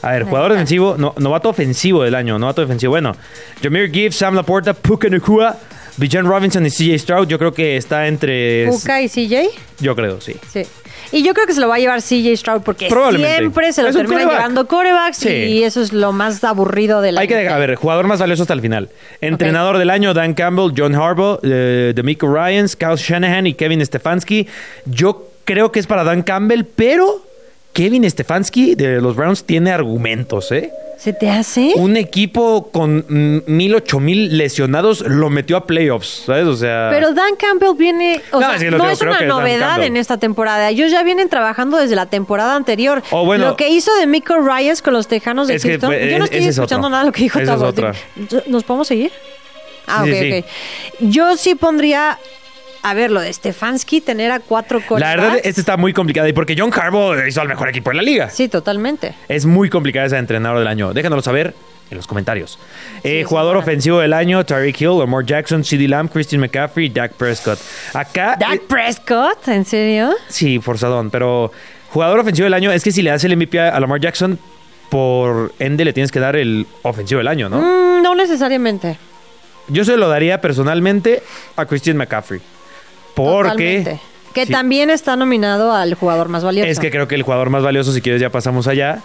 [SPEAKER 2] A ver, jugador defensivo, no, novato ofensivo del año, novato defensivo. Bueno, Jameer Gibbs, Sam Laporta, Puka Nakua, Bijan Robinson y CJ Stroud, yo creo que está entre.
[SPEAKER 3] Puka y CJ.
[SPEAKER 2] Yo creo, sí.
[SPEAKER 3] Sí. Y yo creo que se lo va a llevar CJ Stroud porque
[SPEAKER 2] Probablemente.
[SPEAKER 3] siempre se lo
[SPEAKER 2] Es un
[SPEAKER 3] termina
[SPEAKER 2] quarterback.
[SPEAKER 3] llevando corebacks
[SPEAKER 2] Sí.
[SPEAKER 3] y eso es lo más aburrido de la
[SPEAKER 2] Hay que dejar, a ver, jugador más valioso hasta el final. Entrenador del año, Dan Campbell, John Harbaugh, eh, D'Amico Ryans, Kyle Shanahan y Kevin Stefanski. Yo creo que es para Dan Campbell, pero Kevin Stefanski de los Browns tiene argumentos, ¿eh?
[SPEAKER 3] ¿Se te hace?
[SPEAKER 2] Un equipo con mm, mil, ocho mil lesionados lo metió a playoffs, ¿sabes? O sea...
[SPEAKER 3] Pero Dan Campbell viene, o
[SPEAKER 2] No,
[SPEAKER 3] sea,
[SPEAKER 2] es que lo
[SPEAKER 3] no
[SPEAKER 2] digo,
[SPEAKER 3] es
[SPEAKER 2] creo
[SPEAKER 3] una
[SPEAKER 2] que es Dan
[SPEAKER 3] novedad
[SPEAKER 2] Campbell.
[SPEAKER 3] en esta temporada. Ellos ya vienen trabajando desde la temporada anterior.
[SPEAKER 2] Oh, bueno.
[SPEAKER 3] lo que hizo de Mico Ryans con los Tejanos de
[SPEAKER 2] Es que,
[SPEAKER 3] Houston,
[SPEAKER 2] pues,
[SPEAKER 3] yo no
[SPEAKER 2] es-
[SPEAKER 3] estoy
[SPEAKER 2] ese es
[SPEAKER 3] escuchando
[SPEAKER 2] otro.
[SPEAKER 3] nada de lo que dijo
[SPEAKER 2] Esa es
[SPEAKER 3] Tabo.
[SPEAKER 2] otra.
[SPEAKER 3] ¿Nos podemos seguir? Ah,
[SPEAKER 2] Sí,
[SPEAKER 3] ok,
[SPEAKER 2] sí,
[SPEAKER 3] ok. Yo sí pondría, a ver, lo de Stefanski, tener a cuatro
[SPEAKER 2] La
[SPEAKER 3] corebacks.
[SPEAKER 2] verdad, este está muy complicado. Y porque John Harbaugh hizo el mejor equipo de la liga.
[SPEAKER 3] Sí, totalmente.
[SPEAKER 2] Es muy complicada esa de entrenador del año. Déjanoslo saber en los comentarios. Eh, jugador ofensivo del año, Tyreek Hill, Lamar Jackson, CeeDee Lamb, Christian McCaffrey, Dak Prescott. Acá... eh,
[SPEAKER 3] Dak Prescott, ¿en serio?
[SPEAKER 2] Sí, forzadón, pero jugador ofensivo del año es que si le das el MVP a Lamar Jackson, por ende le tienes que dar el ofensivo del año, ¿no?
[SPEAKER 3] Mm, no necesariamente.
[SPEAKER 2] Yo se lo daría personalmente a Christian McCaffrey. Porque
[SPEAKER 3] Totalmente. Que
[SPEAKER 2] Sí.
[SPEAKER 3] también está nominado al jugador más valioso.
[SPEAKER 2] es que creo que el jugador más valioso, si quieres, ya pasamos allá.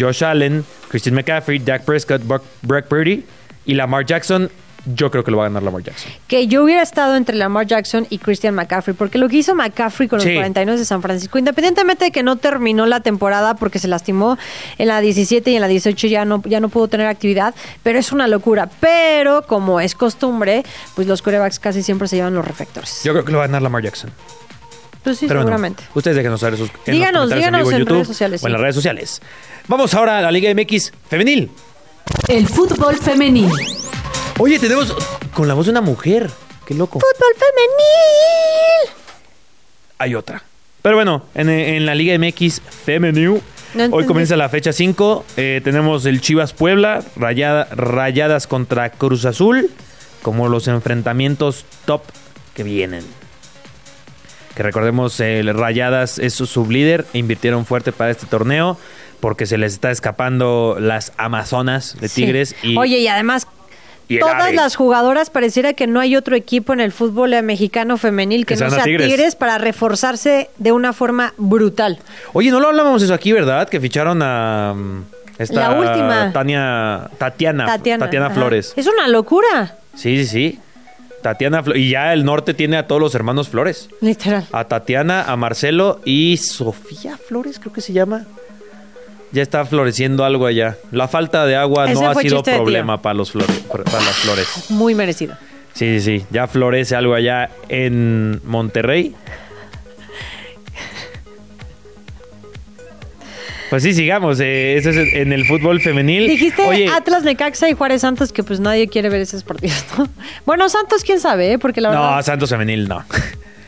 [SPEAKER 2] Josh Allen, Christian McCaffrey, Dak Prescott, Brock, Brock Purdy y Lamar Jackson. Yo creo que lo va a ganar Lamar Jackson.
[SPEAKER 3] que yo hubiera estado entre Lamar Jackson y Christian McCaffrey, porque lo que hizo McCaffrey con los
[SPEAKER 2] Sí.
[SPEAKER 3] 49 de San Francisco, independientemente de que no terminó la temporada porque se lastimó en la 17 y en la 18 ya no, ya no pudo tener actividad, pero es una locura. Pero como es costumbre, pues los corebacks casi siempre se llevan los reflectores.
[SPEAKER 2] Yo creo que lo va a ganar Lamar Jackson.
[SPEAKER 3] Pues sí,
[SPEAKER 2] Pero bueno,
[SPEAKER 3] seguramente.
[SPEAKER 2] ustedes déjenos saber sus en
[SPEAKER 3] Díganos,
[SPEAKER 2] los comentarios en
[SPEAKER 3] díganos
[SPEAKER 2] vivo en
[SPEAKER 3] en
[SPEAKER 2] YouTube
[SPEAKER 3] redes sociales,
[SPEAKER 2] o en
[SPEAKER 3] sí.
[SPEAKER 2] las redes sociales. Vamos ahora a la Liga MX femenil.
[SPEAKER 5] El fútbol femenil.
[SPEAKER 2] Oye, tenemos con la voz de una mujer. Qué loco.
[SPEAKER 3] Fútbol femenil.
[SPEAKER 2] Hay otra. Pero bueno, en, en la Liga MX femenil.
[SPEAKER 3] No
[SPEAKER 2] Hoy
[SPEAKER 3] entendí.
[SPEAKER 2] comienza la fecha 5. eh, tenemos el Chivas Puebla, rayada- rayadas contra Cruz Azul, como los enfrentamientos top que vienen. Que recordemos, el Rayadas es su sublíder e invirtieron fuerte para este torneo porque se les está escapando las Amazonas de
[SPEAKER 3] Sí.
[SPEAKER 2] Tigres y,
[SPEAKER 3] Oye, y además
[SPEAKER 2] y el
[SPEAKER 3] todas
[SPEAKER 2] Ave.
[SPEAKER 3] las jugadoras pareciera que no hay otro equipo en el fútbol eh, mexicano femenil que,
[SPEAKER 2] Que
[SPEAKER 3] no
[SPEAKER 2] sean a
[SPEAKER 3] sea
[SPEAKER 2] Tigres.
[SPEAKER 3] Tigres. para reforzarse de una forma brutal.
[SPEAKER 2] Oye, no lo hablábamos eso aquí, ¿verdad? Que ficharon a mm, esta
[SPEAKER 3] La última.
[SPEAKER 2] Tania Tatiana Tatiana,
[SPEAKER 3] Tatiana, ajá.
[SPEAKER 2] Flores.
[SPEAKER 3] Es una locura,
[SPEAKER 2] Sí, sí, sí. Tatiana Flores y ya el norte tiene a todos los hermanos Flores.
[SPEAKER 3] literal.
[SPEAKER 2] A Tatiana, a Marcelo y Sofía Flores, creo que se llama. Ya está floreciendo algo allá. La falta de agua
[SPEAKER 3] Ese
[SPEAKER 2] no ha
[SPEAKER 3] fue
[SPEAKER 2] sido
[SPEAKER 3] chiste de tío.
[SPEAKER 2] problema para los flores, para las flores.
[SPEAKER 3] Muy merecido.
[SPEAKER 2] Sí, sí, sí. Ya florece algo allá en Monterrey. Pues sí, sigamos. eh, eso es en el fútbol femenil.
[SPEAKER 3] Dijiste
[SPEAKER 2] Oye,
[SPEAKER 3] Atlas Necaxa y Juárez Santos que pues nadie quiere ver esos partidos, ¿no? Bueno, Santos quién sabe, eh? porque la
[SPEAKER 2] no,
[SPEAKER 3] verdad
[SPEAKER 2] Santos femenil no.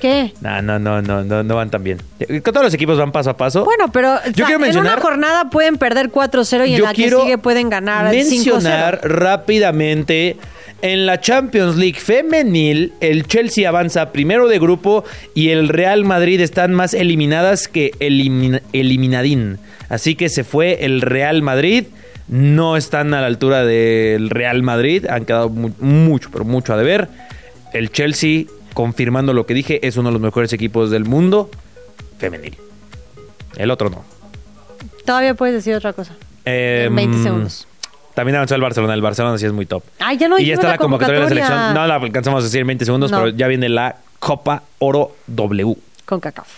[SPEAKER 3] ¿Qué?
[SPEAKER 2] No, no, no, no, no, no van tan bien. Eh, Todos los equipos van paso a paso.
[SPEAKER 3] Bueno, pero o sea,
[SPEAKER 2] quiero
[SPEAKER 3] en
[SPEAKER 2] mencionar-
[SPEAKER 3] una jornada pueden perder 4-0 y en
[SPEAKER 2] Yo
[SPEAKER 3] la que
[SPEAKER 2] quiero
[SPEAKER 3] sigue pueden ganar 5-0.
[SPEAKER 2] mencionar rápidamente en la Champions League femenil el Chelsea avanza primero de grupo y el Real Madrid están más eliminadas que elimin- eliminadín así que se fue el Real Madrid no están a la altura del Real Madrid han quedado mu- mucho pero mucho a deber el Chelsea confirmando lo que dije es uno de los mejores equipos del mundo femenil el otro no
[SPEAKER 3] Todavía puedes decir otra cosa.
[SPEAKER 2] Em,
[SPEAKER 3] 20 segundos.
[SPEAKER 2] También avanzó el Barcelona. El Barcelona sí es muy top.
[SPEAKER 3] Ah, ya no
[SPEAKER 2] y ya
[SPEAKER 3] dijimos
[SPEAKER 2] está
[SPEAKER 3] la
[SPEAKER 2] la convocatoria, de la
[SPEAKER 3] convocatoria.
[SPEAKER 2] selección. No la alcanzamos a decir en 20 segundos,
[SPEAKER 3] No.
[SPEAKER 2] pero ya viene la Copa Oro W.
[SPEAKER 3] Con CACAF.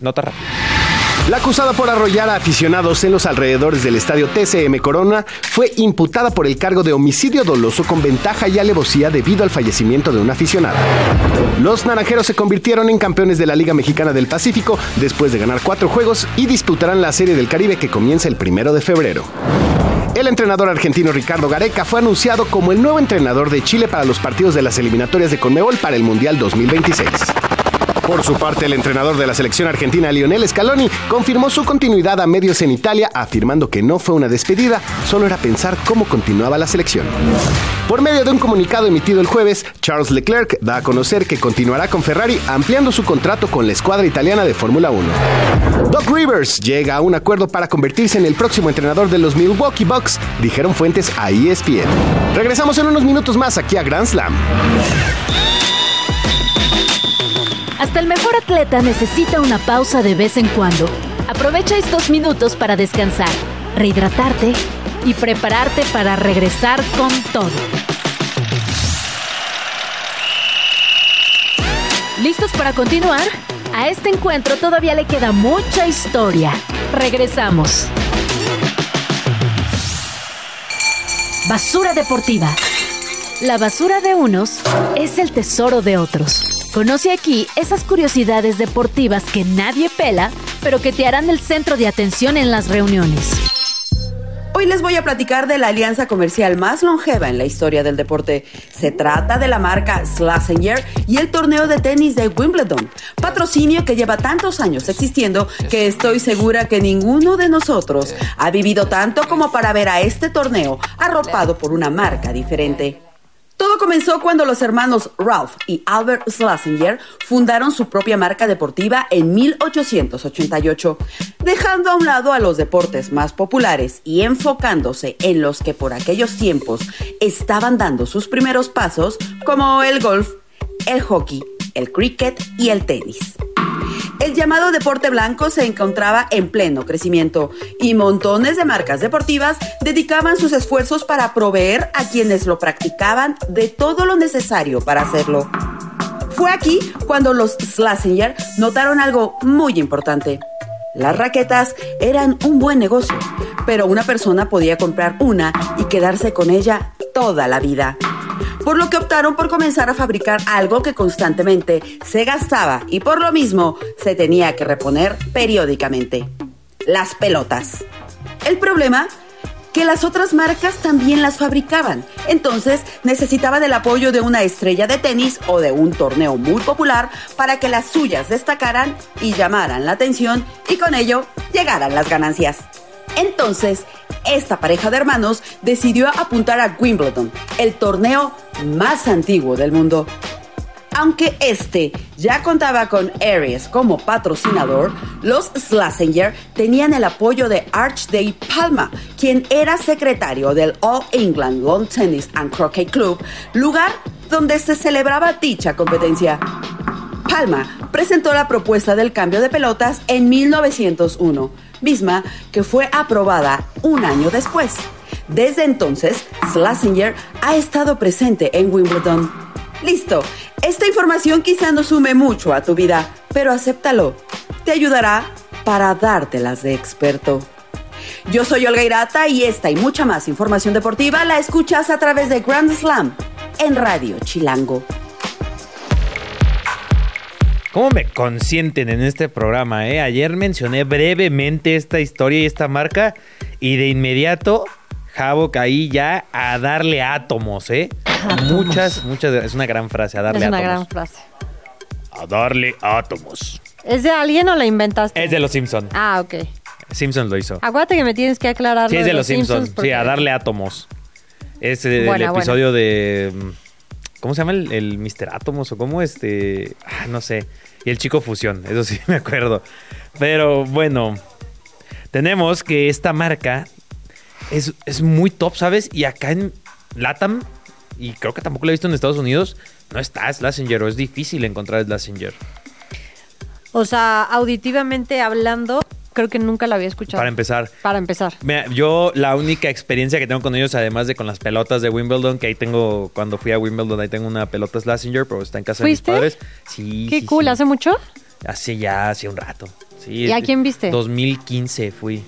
[SPEAKER 2] Nota rápida.
[SPEAKER 1] La acusada por arrollar a aficionados en los alrededores del estadio TCM Corona fue imputada por el cargo de homicidio doloso con ventaja y alevosía debido al fallecimiento de un aficionado. Los naranjeros se convirtieron en campeones de la Liga Mexicana del Pacífico después de ganar cuatro juegos y disputarán la Serie del Caribe que comienza el primero de febrero. El entrenador argentino Ricardo Gareca fue anunciado como el nuevo entrenador de Chile para los partidos de las eliminatorias de Conmebol para el Mundial 2026. Por su parte, el entrenador de la selección argentina, Lionel Scaloni, confirmó su continuidad a medios en Italia, afirmando que no fue una despedida, solo era pensar cómo continuaba la selección. Por medio de un comunicado emitido el jueves, Charles Leclerc da a conocer que continuará con Ferrari ampliando su contrato con la escuadra italiana de Fórmula 1. Doc Rivers llega a un acuerdo para convertirse en el próximo entrenador de los Milwaukee Bucks, dijeron fuentes a E ESPN. Regresamos en unos minutos más aquí a Grand Slam.
[SPEAKER 5] Hasta el mejor atleta necesita una pausa de vez en cuando. Aprovecha estos minutos para descansar, rehidratarte y prepararte para regresar con todo. ¿Listos para continuar? A este encuentro todavía le queda mucha historia. Regresamos. Basura deportiva. La basura de unos es el tesoro de otros. Conoce aquí esas curiosidades deportivas que nadie pela, pero que te harán el centro de atención en las reuniones.
[SPEAKER 11] Hoy les voy a platicar de la alianza comercial más longeva en la historia del deporte. Se trata de la marca Schlesinger y el torneo de tenis de Wimbledon, patrocinio que lleva tantos años existiendo que estoy segura que ninguno de nosotros ha vivido tanto como para ver a este torneo arropado por una marca diferente. Todo comenzó cuando los hermanos Ralph y Albert Schlesinger fundaron su propia marca deportiva en 1888, dejando a un lado a los deportes más populares y enfocándose en los que por aquellos tiempos estaban dando sus primeros pasos, como el golf, el hockey, el cricket y el tenis. El llamado deporte blanco se encontraba en pleno crecimiento y montones de marcas deportivas dedicaban sus esfuerzos para proveer a quienes lo practicaban de todo lo necesario para hacerlo. Fue aquí cuando los Schlesinger notaron algo muy importante. Las raquetas eran un buen negocio, pero una persona podía comprar una y quedarse con ella toda la vida por lo que optaron por comenzar a fabricar algo que constantemente se gastaba y por lo mismo se tenía que reponer periódicamente. Las pelotas. El problema que las otras marcas también las fabricaban, entonces necesitaban el apoyo de una estrella de tenis o de un torneo muy popular para que las suyas destacaran y llamaran la atención y con ello llegaran las ganancias. Entonces, esta pareja de hermanos decidió apuntar a Wimbledon, el torneo más antiguo del mundo. Aunque este ya contaba con Aries como patrocinador, los Schlesinger tenían el apoyo de Archday Palma, quien era secretario del All England Lawn Tennis and Croquet Club, lugar donde se celebraba dicha competencia. Palma presentó la propuesta del cambio de pelotas en 1901, misma que fue aprobada un año después. Desde entonces, Schlesinger ha estado presente en Wimbledon. Listo, esta información quizá no sume mucho a tu vida, pero acéptalo. Te ayudará para dártelas de experto. Yo soy Olga Irata y esta y mucha más información deportiva la escuchas a través de Grand Slam en Radio Chilango.
[SPEAKER 2] ¿Cómo me consienten en este programa? Eh? Ayer mencioné brevemente esta historia y esta marca y de inmediato Javo caí ya a darle átomos, ¿eh?
[SPEAKER 3] Átomos.
[SPEAKER 2] Muchas, muchas, es una gran frase, a darle
[SPEAKER 3] es una gran
[SPEAKER 2] átomos.
[SPEAKER 3] frase.
[SPEAKER 2] A darle átomos.
[SPEAKER 3] ¿Es de alguien o la inventaste?
[SPEAKER 2] Es de los Simpson.
[SPEAKER 3] Ah, ok.
[SPEAKER 2] Simpson lo hizo.
[SPEAKER 3] Acuérdate que me tienes que aclarar.
[SPEAKER 2] Sí,
[SPEAKER 3] lo
[SPEAKER 2] es de los Simpsons.
[SPEAKER 3] Simpsons
[SPEAKER 2] Sí, a
[SPEAKER 3] porque-
[SPEAKER 2] darle átomos. Es eh,
[SPEAKER 3] Buena,
[SPEAKER 2] el
[SPEAKER 3] buena.
[SPEAKER 2] episodio de. mm, ¿Cómo se llama el, el Mr. Átomos? ¿O cómo este.? Ah, no sé. Y el chico fusión, eso sí me acuerdo. Pero bueno. Tenemos que esta marca es, es muy top, ¿sabes? Y acá en Latam, y creo que tampoco la he visto en Estados Unidos, no está Slazenger, o es difícil encontrar Slazenger.
[SPEAKER 3] O sea, auditivamente hablando, creo que nunca la había escuchado.
[SPEAKER 2] Para empezar.
[SPEAKER 3] Para empezar.
[SPEAKER 2] Mira, yo la única experiencia que tengo con ellos, además de con las pelotas de Wimbledon, que ahí tengo, cuando fui a Wimbledon, ahí tengo una pelota Slazenger, pero está en casa
[SPEAKER 3] ¿Fuiste?
[SPEAKER 2] de mis padres. Sí,
[SPEAKER 3] Qué
[SPEAKER 2] sí,
[SPEAKER 3] cool,
[SPEAKER 2] sí.
[SPEAKER 3] ¿hace mucho?
[SPEAKER 2] Hace ya, hace un rato. Sí,
[SPEAKER 3] ¿Y a
[SPEAKER 2] este-
[SPEAKER 3] quién viste?
[SPEAKER 2] 2015 fui.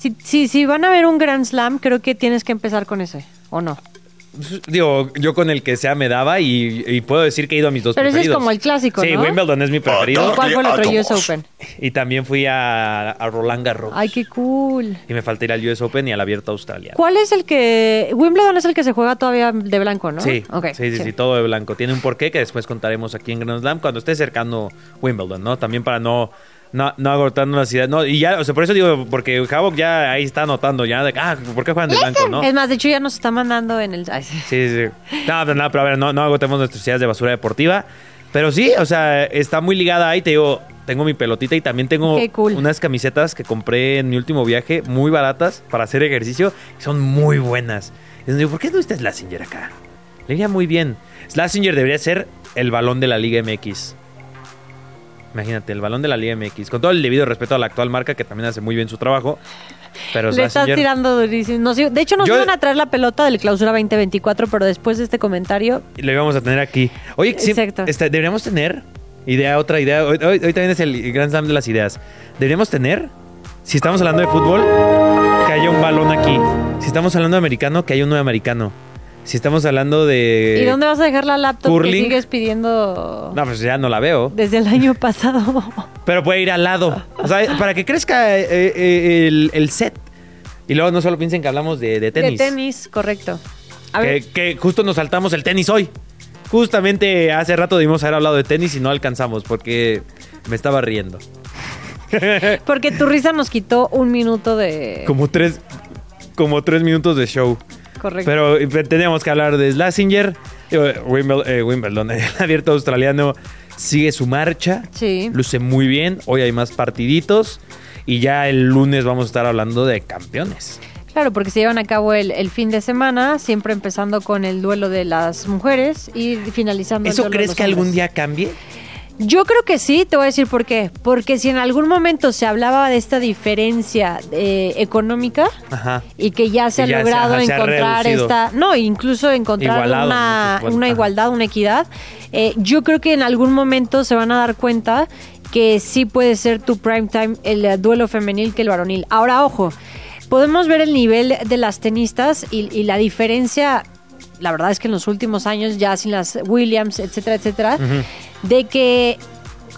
[SPEAKER 3] Si, si, si van a ver un Grand Slam, creo que tienes que empezar con ese, ¿o no?
[SPEAKER 2] Digo, yo con el que sea me daba y, y puedo decir que he ido a mis dos
[SPEAKER 3] Pero ese es
[SPEAKER 2] preferidos.
[SPEAKER 3] como el clásico,
[SPEAKER 2] Sí,
[SPEAKER 3] ¿no?
[SPEAKER 2] Wimbledon es mi preferido.
[SPEAKER 3] ¿Y cuál fue el otro US Open?
[SPEAKER 2] Y también fui a, a Roland Garros.
[SPEAKER 3] Ay, qué cool.
[SPEAKER 2] Y me falta ir al US Open y al Abierto Australia.
[SPEAKER 3] ¿Cuál es el que... Wimbledon es el que se juega todavía de blanco, ¿no?
[SPEAKER 2] Sí,
[SPEAKER 3] Ok,
[SPEAKER 2] sí, sí, sí, todo de blanco. Tiene un porqué que después contaremos aquí en Grand Slam cuando esté cercano Wimbledon, ¿no? También para no, no, no agotarnos la ciudad. No, y ya, o sea, por eso digo, porque Havok ya ahí está anotando ya de, ah, ¿por qué juegan de blanco, no?
[SPEAKER 3] Es más, de hecho ya nos está mandando en el... Ay, sí.
[SPEAKER 2] Sí, sí, sí. No, pero, no, pero a ver, no, no agotemos nuestras ideas de basura deportiva. Pero sí, o sea, está muy ligada ahí. Te digo, tengo mi pelotita y también tengo
[SPEAKER 3] Qué cool.
[SPEAKER 2] unas camisetas que compré en mi último viaje, muy baratas, para hacer ejercicio. y Son muy buenas. Y digo, ¿por qué no está Slasinger acá? Le iría muy bien. Slasinger debería ser el balón de la Liga MX. Imagínate, el balón de la Liga MX. Con todo el debido respeto a la actual marca, que también hace muy bien su trabajo. Pero
[SPEAKER 3] Le estás
[SPEAKER 2] Schlesinger-
[SPEAKER 3] tirando durísimo. Nos i- de hecho, nos
[SPEAKER 2] Yo-
[SPEAKER 3] iban a traer la pelota del clausura 2024, pero después de este comentario,
[SPEAKER 2] lo íbamos a tener aquí. Oye, sí,
[SPEAKER 3] Exacto.
[SPEAKER 2] está- deberíamos tener idea, otra idea. Hoy, hoy- hoy también es el Grand Slam de las ideas. Deberíamos tener, si estamos hablando de fútbol, que haya un balón aquí. Si estamos hablando de americano, que haya uno de americano. Si estamos hablando de.
[SPEAKER 3] ¿y dónde vas a dejar la laptop que
[SPEAKER 2] Eh, curling.
[SPEAKER 3] sigues pidiendo
[SPEAKER 2] No, pues ya no la veo.
[SPEAKER 3] desde el año pasado?
[SPEAKER 2] Pero puede ir al lado. O sea, para que crezca eh, eh, el, el set. Y luego no solo piensen que hablamos de, de tenis.
[SPEAKER 3] De tenis, correcto. A ver,
[SPEAKER 2] Que, que justo nos saltamos el tenis hoy. Justamente hace rato debimos haber hablado de tenis y no alcanzamos porque me estaba riendo.
[SPEAKER 3] porque tu risa nos quitó un minuto de...
[SPEAKER 2] Como tres, como tres minutos de show.
[SPEAKER 3] Correcto.
[SPEAKER 2] Pero eh, teníamos que hablar de Slasinger. Eh, Wimbledon, eh, Wimbledon, el abierto australiano sigue su marcha.
[SPEAKER 3] Sí.
[SPEAKER 2] Luce muy bien. Hoy hay más partiditos. Y ya el lunes vamos a estar hablando de campeones.
[SPEAKER 3] Claro, porque se llevan a cabo el, el fin de semana, siempre empezando con el duelo de las mujeres y finalizando el
[SPEAKER 2] ¿Eso
[SPEAKER 3] duelo de
[SPEAKER 2] crees
[SPEAKER 3] los
[SPEAKER 2] que algún
[SPEAKER 3] hombres.
[SPEAKER 2] día cambie?
[SPEAKER 3] Yo creo que sí, te voy a decir por qué. Porque si en algún momento se hablaba de esta diferencia eh, económica
[SPEAKER 2] Ajá.
[SPEAKER 3] y que ya se
[SPEAKER 2] Y ya
[SPEAKER 3] ha
[SPEAKER 2] se-
[SPEAKER 3] logrado
[SPEAKER 2] ajá, se ha
[SPEAKER 3] encontrar
[SPEAKER 2] reducido.
[SPEAKER 3] esta, no, incluso encontrar
[SPEAKER 2] Igualado,
[SPEAKER 3] una,
[SPEAKER 2] muchos,
[SPEAKER 3] una
[SPEAKER 2] ajá.
[SPEAKER 3] igualdad, una equidad, eh, yo creo que en algún momento se van a dar cuenta que sí puede ser tu prime time el eh, duelo femenil que el varonil. Ahora, ojo, podemos ver el nivel de las tenistas y- y la diferencia la verdad es que en los últimos años, ya sin las Williams, etcétera, etcétera, de que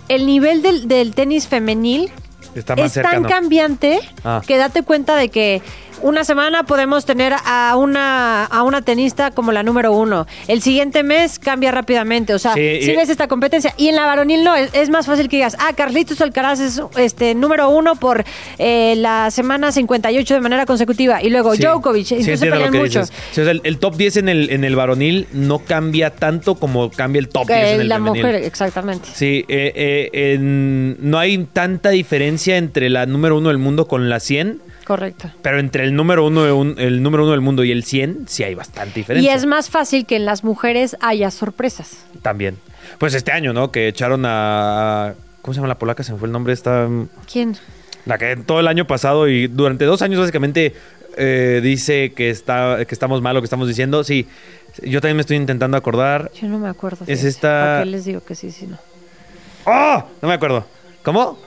[SPEAKER 3] el nivel del, del tenis femenil
[SPEAKER 2] Está más
[SPEAKER 3] es tan
[SPEAKER 2] cercano.
[SPEAKER 3] cambiante
[SPEAKER 2] Ah.
[SPEAKER 3] que date cuenta de que una semana podemos tener a una, a una tenista como la número uno. El siguiente mes cambia rápidamente. O sea,
[SPEAKER 2] Sí,
[SPEAKER 3] si
[SPEAKER 2] y-
[SPEAKER 3] ves esta competencia. Y en la varonil no, es, es más fácil que digas, ah, Carlitos Alcaraz es este, número uno por eh, la semana 58 de manera consecutiva. Y luego
[SPEAKER 2] Sí.
[SPEAKER 3] Djokovic,
[SPEAKER 2] Sí,
[SPEAKER 3] incluso
[SPEAKER 2] entiendo lo
[SPEAKER 3] pelean
[SPEAKER 2] que
[SPEAKER 3] mucho.
[SPEAKER 2] dices. Sí, o sea, el, el top 10 en el, en el varonil no cambia tanto como cambia el top 10
[SPEAKER 3] Que
[SPEAKER 2] en el
[SPEAKER 3] Eh, la
[SPEAKER 2] femenil.
[SPEAKER 3] mujer, exactamente.
[SPEAKER 2] Sí, eh, eh, en- no hay tanta diferencia entre la número uno del mundo con la 100,
[SPEAKER 3] Correcto.
[SPEAKER 2] pero entre el número uno, de un- el número uno del mundo y el 100 sí hay bastante
[SPEAKER 3] Y
[SPEAKER 2] diferencia.
[SPEAKER 3] es más fácil que en las mujeres haya sorpresas.
[SPEAKER 2] También. Pues este año, ¿no? Que echaron a... ¿Cómo se llama la polaca? Se me fue el nombre. Esta...
[SPEAKER 3] ¿Quién?
[SPEAKER 2] La que todo el año pasado y durante dos años básicamente eh, dice que, está, que estamos mal lo que estamos diciendo. Sí, yo también me estoy intentando acordar.
[SPEAKER 3] Yo no me acuerdo.
[SPEAKER 2] Es
[SPEAKER 3] fíjate.
[SPEAKER 2] esta-
[SPEAKER 3] ¿Para qué les digo que sí, sí, no?
[SPEAKER 2] ¡Oh! No me acuerdo. ¿Cómo?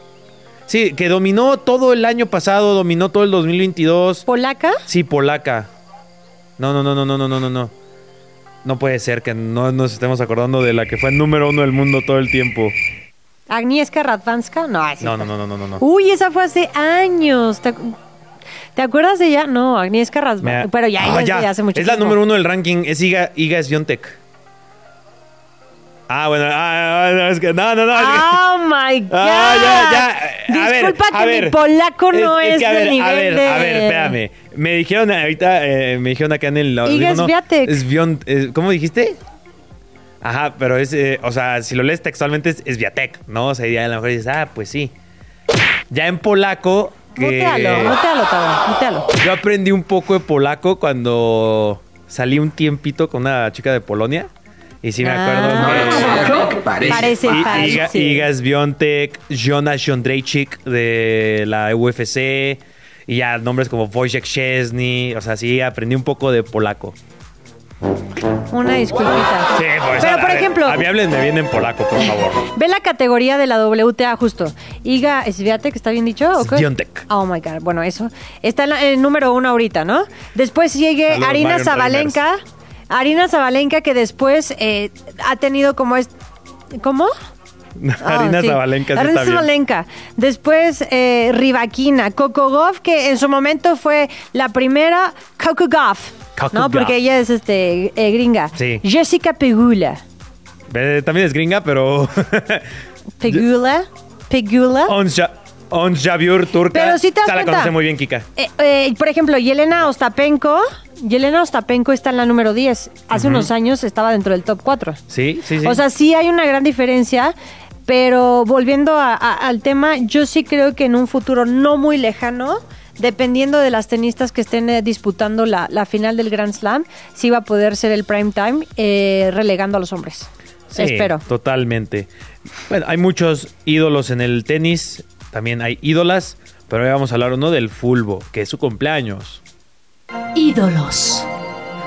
[SPEAKER 2] Sí, que dominó todo el año pasado, dominó todo el 2022.
[SPEAKER 3] ¿Polaca?
[SPEAKER 2] Sí, polaca. No, no, no, no, no, no, no, no, no. No puede ser que no nos estemos acordando de la que fue número uno del mundo todo el tiempo.
[SPEAKER 3] ¿Agnieszka Radwanska? No, así.
[SPEAKER 2] No, no, no, no, no, no. no.
[SPEAKER 3] Uy, esa fue hace años. ¿Te, acu- ¿te acuerdas de ella? No, Agnieszka
[SPEAKER 2] Me-
[SPEAKER 3] Radwanska. Pero ya,
[SPEAKER 2] Ah,
[SPEAKER 3] ella es de hace mucho
[SPEAKER 2] Es la
[SPEAKER 3] tiempo.
[SPEAKER 2] número uno del ranking, es Iga, Iga Swiatek. Ah, bueno, ah, ah, es que- no, no, no. es que-
[SPEAKER 3] Oh my God.
[SPEAKER 2] Ah, ya, ya. A ver,
[SPEAKER 3] Disculpa
[SPEAKER 2] a
[SPEAKER 3] que
[SPEAKER 2] ver.
[SPEAKER 3] mi polaco no es,
[SPEAKER 2] que, a
[SPEAKER 3] del
[SPEAKER 2] ver,
[SPEAKER 3] nivel
[SPEAKER 2] a ver,
[SPEAKER 3] de.
[SPEAKER 2] a ver, espérame. Me dijeron ahorita, eh, me dijeron acá en el...
[SPEAKER 3] Iga
[SPEAKER 2] audífono,
[SPEAKER 3] Swiatek.
[SPEAKER 2] es Bion- es- ¿Cómo dijiste? Ajá, pero es, eh, o sea, si lo lees textualmente es, es Viatec, ¿no? O sea, y a lo mejor dices, ah, pues sí. Ya en polaco... que-
[SPEAKER 3] Mutealo, mutealo, Tabo, mutealo.
[SPEAKER 2] yo aprendí un poco de polaco cuando salí un tiempito con una chica de Polonia. Y sí me
[SPEAKER 3] Ah,
[SPEAKER 2] acuerdo que...
[SPEAKER 3] parece. Parece,
[SPEAKER 2] I-
[SPEAKER 3] parece.
[SPEAKER 2] Iga, Igas Biontek, Jonas Jondrejczyk de la UFC. Y ya nombres como Wojciech Szczesny. O sea, sí aprendí un poco de polaco.
[SPEAKER 3] Una disculpita.
[SPEAKER 2] Sí, pues,
[SPEAKER 3] Pero,
[SPEAKER 2] a-
[SPEAKER 3] por
[SPEAKER 2] a ver,
[SPEAKER 3] ejemplo- Ah,
[SPEAKER 2] A mí háblenme bien en polaco, por favor.
[SPEAKER 3] Ve la categoría de la WTA justo. Iga Swiatek, ¿está bien dicho? ¿O qué?
[SPEAKER 2] Swiatek.
[SPEAKER 3] Oh my God. Bueno, eso. Está en la- en el número uno ahorita, ¿no? Después llegue
[SPEAKER 2] Saludos,
[SPEAKER 3] Arina
[SPEAKER 2] Marion
[SPEAKER 3] Zabalenka. Arina Zabalenka, que después eh, ha tenido como es. ¿Cómo? Ah,
[SPEAKER 2] Harina
[SPEAKER 3] sí.
[SPEAKER 2] Zabalenka, sí
[SPEAKER 3] Arina
[SPEAKER 2] está bien.
[SPEAKER 3] Zabalenka. Después eh, Rivaquina, Kokogov, que en su momento fue la primera Kokogov. No,
[SPEAKER 2] Kokogov.
[SPEAKER 3] porque ella es este eh, gringa.
[SPEAKER 2] Sí.
[SPEAKER 3] Jessica Pegula.
[SPEAKER 2] Eh, también es gringa, pero.
[SPEAKER 3] Pegula. Pegula.
[SPEAKER 2] Onja, Onjaviur turca.
[SPEAKER 3] Pero sí te das
[SPEAKER 2] Esta la
[SPEAKER 3] cuenta.
[SPEAKER 2] conoce muy bien, Kika.
[SPEAKER 3] Eh, eh, por ejemplo, Yelena Ostapenko. Yelena Ostapenko está en la número 10. Hace
[SPEAKER 2] Ujú.
[SPEAKER 3] unos años estaba dentro del top 4.
[SPEAKER 2] Sí, sí, sí.
[SPEAKER 3] O sea, sí hay una gran diferencia, pero volviendo a- a- al tema, yo sí creo que en un futuro no muy lejano, dependiendo de las tenistas que estén eh, disputando la, la final del Grand Slam, sí va a poder ser el prime time eh, relegando a los hombres.
[SPEAKER 2] Sí,
[SPEAKER 3] Espero.
[SPEAKER 2] Totalmente. Bueno, hay muchos ídolos en el tenis, también hay ídolas, pero hoy vamos a hablar uno del fulbo, que es su cumpleaños.
[SPEAKER 5] Ídolos.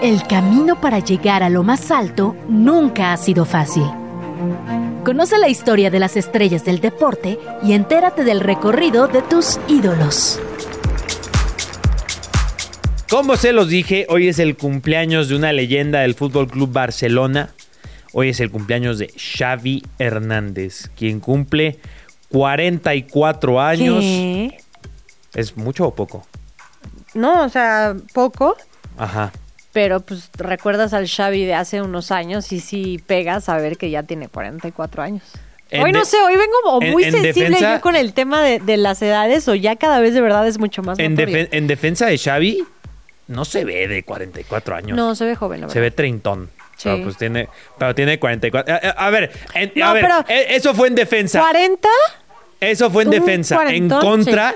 [SPEAKER 5] El camino para llegar a lo más alto nunca ha sido fácil. Conoce la historia de las estrellas del deporte y entérate del recorrido de tus ídolos.
[SPEAKER 2] Como se los dije, hoy es el cumpleaños de una leyenda del Fútbol Club Barcelona. Hoy es el cumpleaños de Xavi Hernández, quien cumple 44 años.
[SPEAKER 3] ¿Qué?
[SPEAKER 2] ¿Es mucho o poco?
[SPEAKER 3] No, o sea, poco,
[SPEAKER 2] Ajá.
[SPEAKER 3] pero pues recuerdas al Xavi de hace unos años y sí pegas a ver que ya tiene 44 años.
[SPEAKER 2] En
[SPEAKER 3] hoy no
[SPEAKER 2] de-
[SPEAKER 3] sé, hoy vengo o
[SPEAKER 2] en-
[SPEAKER 3] muy
[SPEAKER 2] en
[SPEAKER 3] sensible
[SPEAKER 2] defensa-
[SPEAKER 3] yo con el tema de, de las edades o ya cada vez de verdad es mucho más
[SPEAKER 2] En,
[SPEAKER 3] notorio.
[SPEAKER 2] defen- en defensa de Xavi, no se ve de 44 años.
[SPEAKER 3] No, se ve joven, la
[SPEAKER 2] Se
[SPEAKER 3] verdad.
[SPEAKER 2] ve treintón.
[SPEAKER 3] Sí.
[SPEAKER 2] Pero, pues tiene, pero tiene 44. A, Eh, a- a ver, en- a
[SPEAKER 3] No,
[SPEAKER 2] ver,
[SPEAKER 3] pero-
[SPEAKER 2] e- eso fue en defensa.
[SPEAKER 3] ¿40?
[SPEAKER 2] Eso fue en
[SPEAKER 3] un
[SPEAKER 2] defensa.
[SPEAKER 3] cuarentón,
[SPEAKER 2] en contra,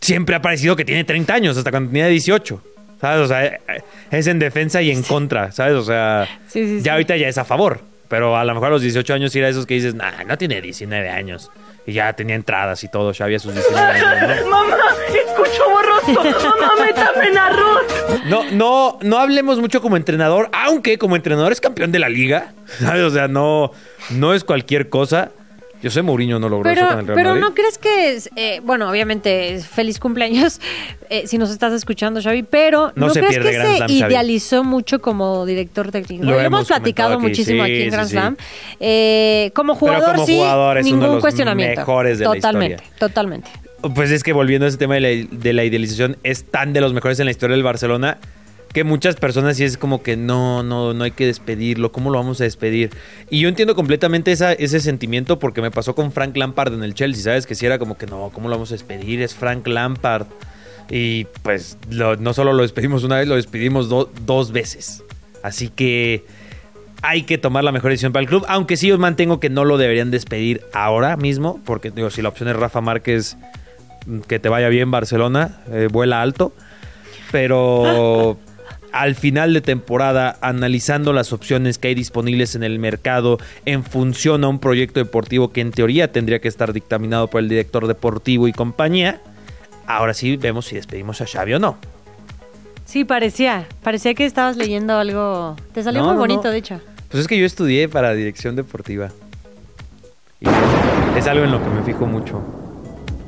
[SPEAKER 2] siempre ha parecido que tiene 30 años, hasta cuando tenía 18. ¿Sabes? O sea, eh, eh, es en defensa y en contra, ¿sabes? O sea,
[SPEAKER 3] Sí, sí,
[SPEAKER 2] ya
[SPEAKER 3] sí.
[SPEAKER 2] ahorita ya es a favor. Pero a lo mejor a los 18 años sí era esos que dices, nah, no tiene 19 años. Y ya tenía entradas y todo, Xavi a sus 19 años.
[SPEAKER 12] Mamá, escucho borroso. Mamá, métame en arroz.
[SPEAKER 2] No, no, no, no hablemos mucho como entrenador, aunque como entrenador es campeón de la liga, ¿sabes? O sea, no, no es cualquier cosa. Yo sé Mourinho no logró eso con
[SPEAKER 3] Pero,
[SPEAKER 2] el Real
[SPEAKER 3] pero
[SPEAKER 2] Madrid.
[SPEAKER 3] no crees que, es, eh, bueno, obviamente, es feliz cumpleaños eh, si nos estás escuchando, Xavi, pero
[SPEAKER 2] No
[SPEAKER 3] ¿no,
[SPEAKER 2] se
[SPEAKER 3] crees
[SPEAKER 2] pierde
[SPEAKER 3] que
[SPEAKER 2] Grand
[SPEAKER 3] se
[SPEAKER 2] Slam, Xavi.
[SPEAKER 3] idealizó mucho como director técnico?
[SPEAKER 2] Lo
[SPEAKER 3] Lo, hemos
[SPEAKER 2] hemos
[SPEAKER 3] platicado
[SPEAKER 2] comentado aquí,
[SPEAKER 3] muchísimo
[SPEAKER 2] sí,
[SPEAKER 3] aquí en
[SPEAKER 2] sí,
[SPEAKER 3] Grand
[SPEAKER 2] sí.
[SPEAKER 3] Slam. Eh, como jugador,
[SPEAKER 2] como
[SPEAKER 3] sí,
[SPEAKER 2] jugador es uno de
[SPEAKER 3] ningún
[SPEAKER 2] los
[SPEAKER 3] cuestionamiento.
[SPEAKER 2] mejores de la
[SPEAKER 3] totalmente,
[SPEAKER 2] historia.
[SPEAKER 3] totalmente.
[SPEAKER 2] Pues es que volviendo a ese tema de la, de la idealización, es tan de los mejores en la historia del Barcelona que muchas personas sí es como que no, no, no hay que despedirlo, ¿cómo lo vamos a despedir? Y yo entiendo completamente esa- ese sentimiento porque me pasó con Frank Lampard en el Chelsea, ¿sabes? Que si era como que no, ¿cómo lo vamos a despedir? Es Frank Lampard. Y pues lo- no solo lo despedimos una vez, lo despedimos do- dos veces. Así que hay que tomar la mejor decisión para el club, aunque sí yo mantengo que no lo deberían despedir ahora mismo, porque digo, si la opción es Rafa Márquez, mm, que te vaya bien Barcelona, eh, vuela alto, pero al final de temporada, analizando las opciones que hay disponibles en el mercado en función a un proyecto deportivo que en teoría tendría que estar dictaminado por el director deportivo y compañía, ahora sí vemos si despedimos a Xavi o no.
[SPEAKER 3] Sí, parecía, parecía que estabas leyendo algo. Te salió
[SPEAKER 2] No,
[SPEAKER 3] muy
[SPEAKER 2] no,
[SPEAKER 3] bonito,
[SPEAKER 2] no.
[SPEAKER 3] de hecho.
[SPEAKER 2] Pues es que yo estudié para dirección deportiva. Y es algo en lo que me fijo mucho.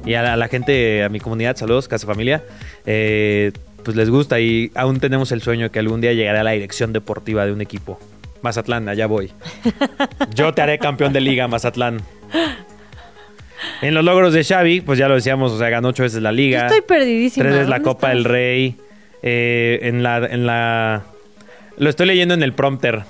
[SPEAKER 2] Y a la, a la gente, a mi comunidad, saludos, Casa Familia, eh, pues les gusta y aún tenemos el sueño que algún día llegará a la dirección deportiva de un equipo. Mazatlán, allá voy. Yo te haré campeón de liga, Mazatlán. En los logros de Xavi, pues ya lo decíamos, o sea, ganó ocho veces la liga.
[SPEAKER 3] Estoy perdidísima.
[SPEAKER 2] Tres veces la
[SPEAKER 3] ¿dónde
[SPEAKER 2] Copa del
[SPEAKER 3] estás?
[SPEAKER 2] Rey. eh, en la. En la. Lo estoy leyendo en el prompter.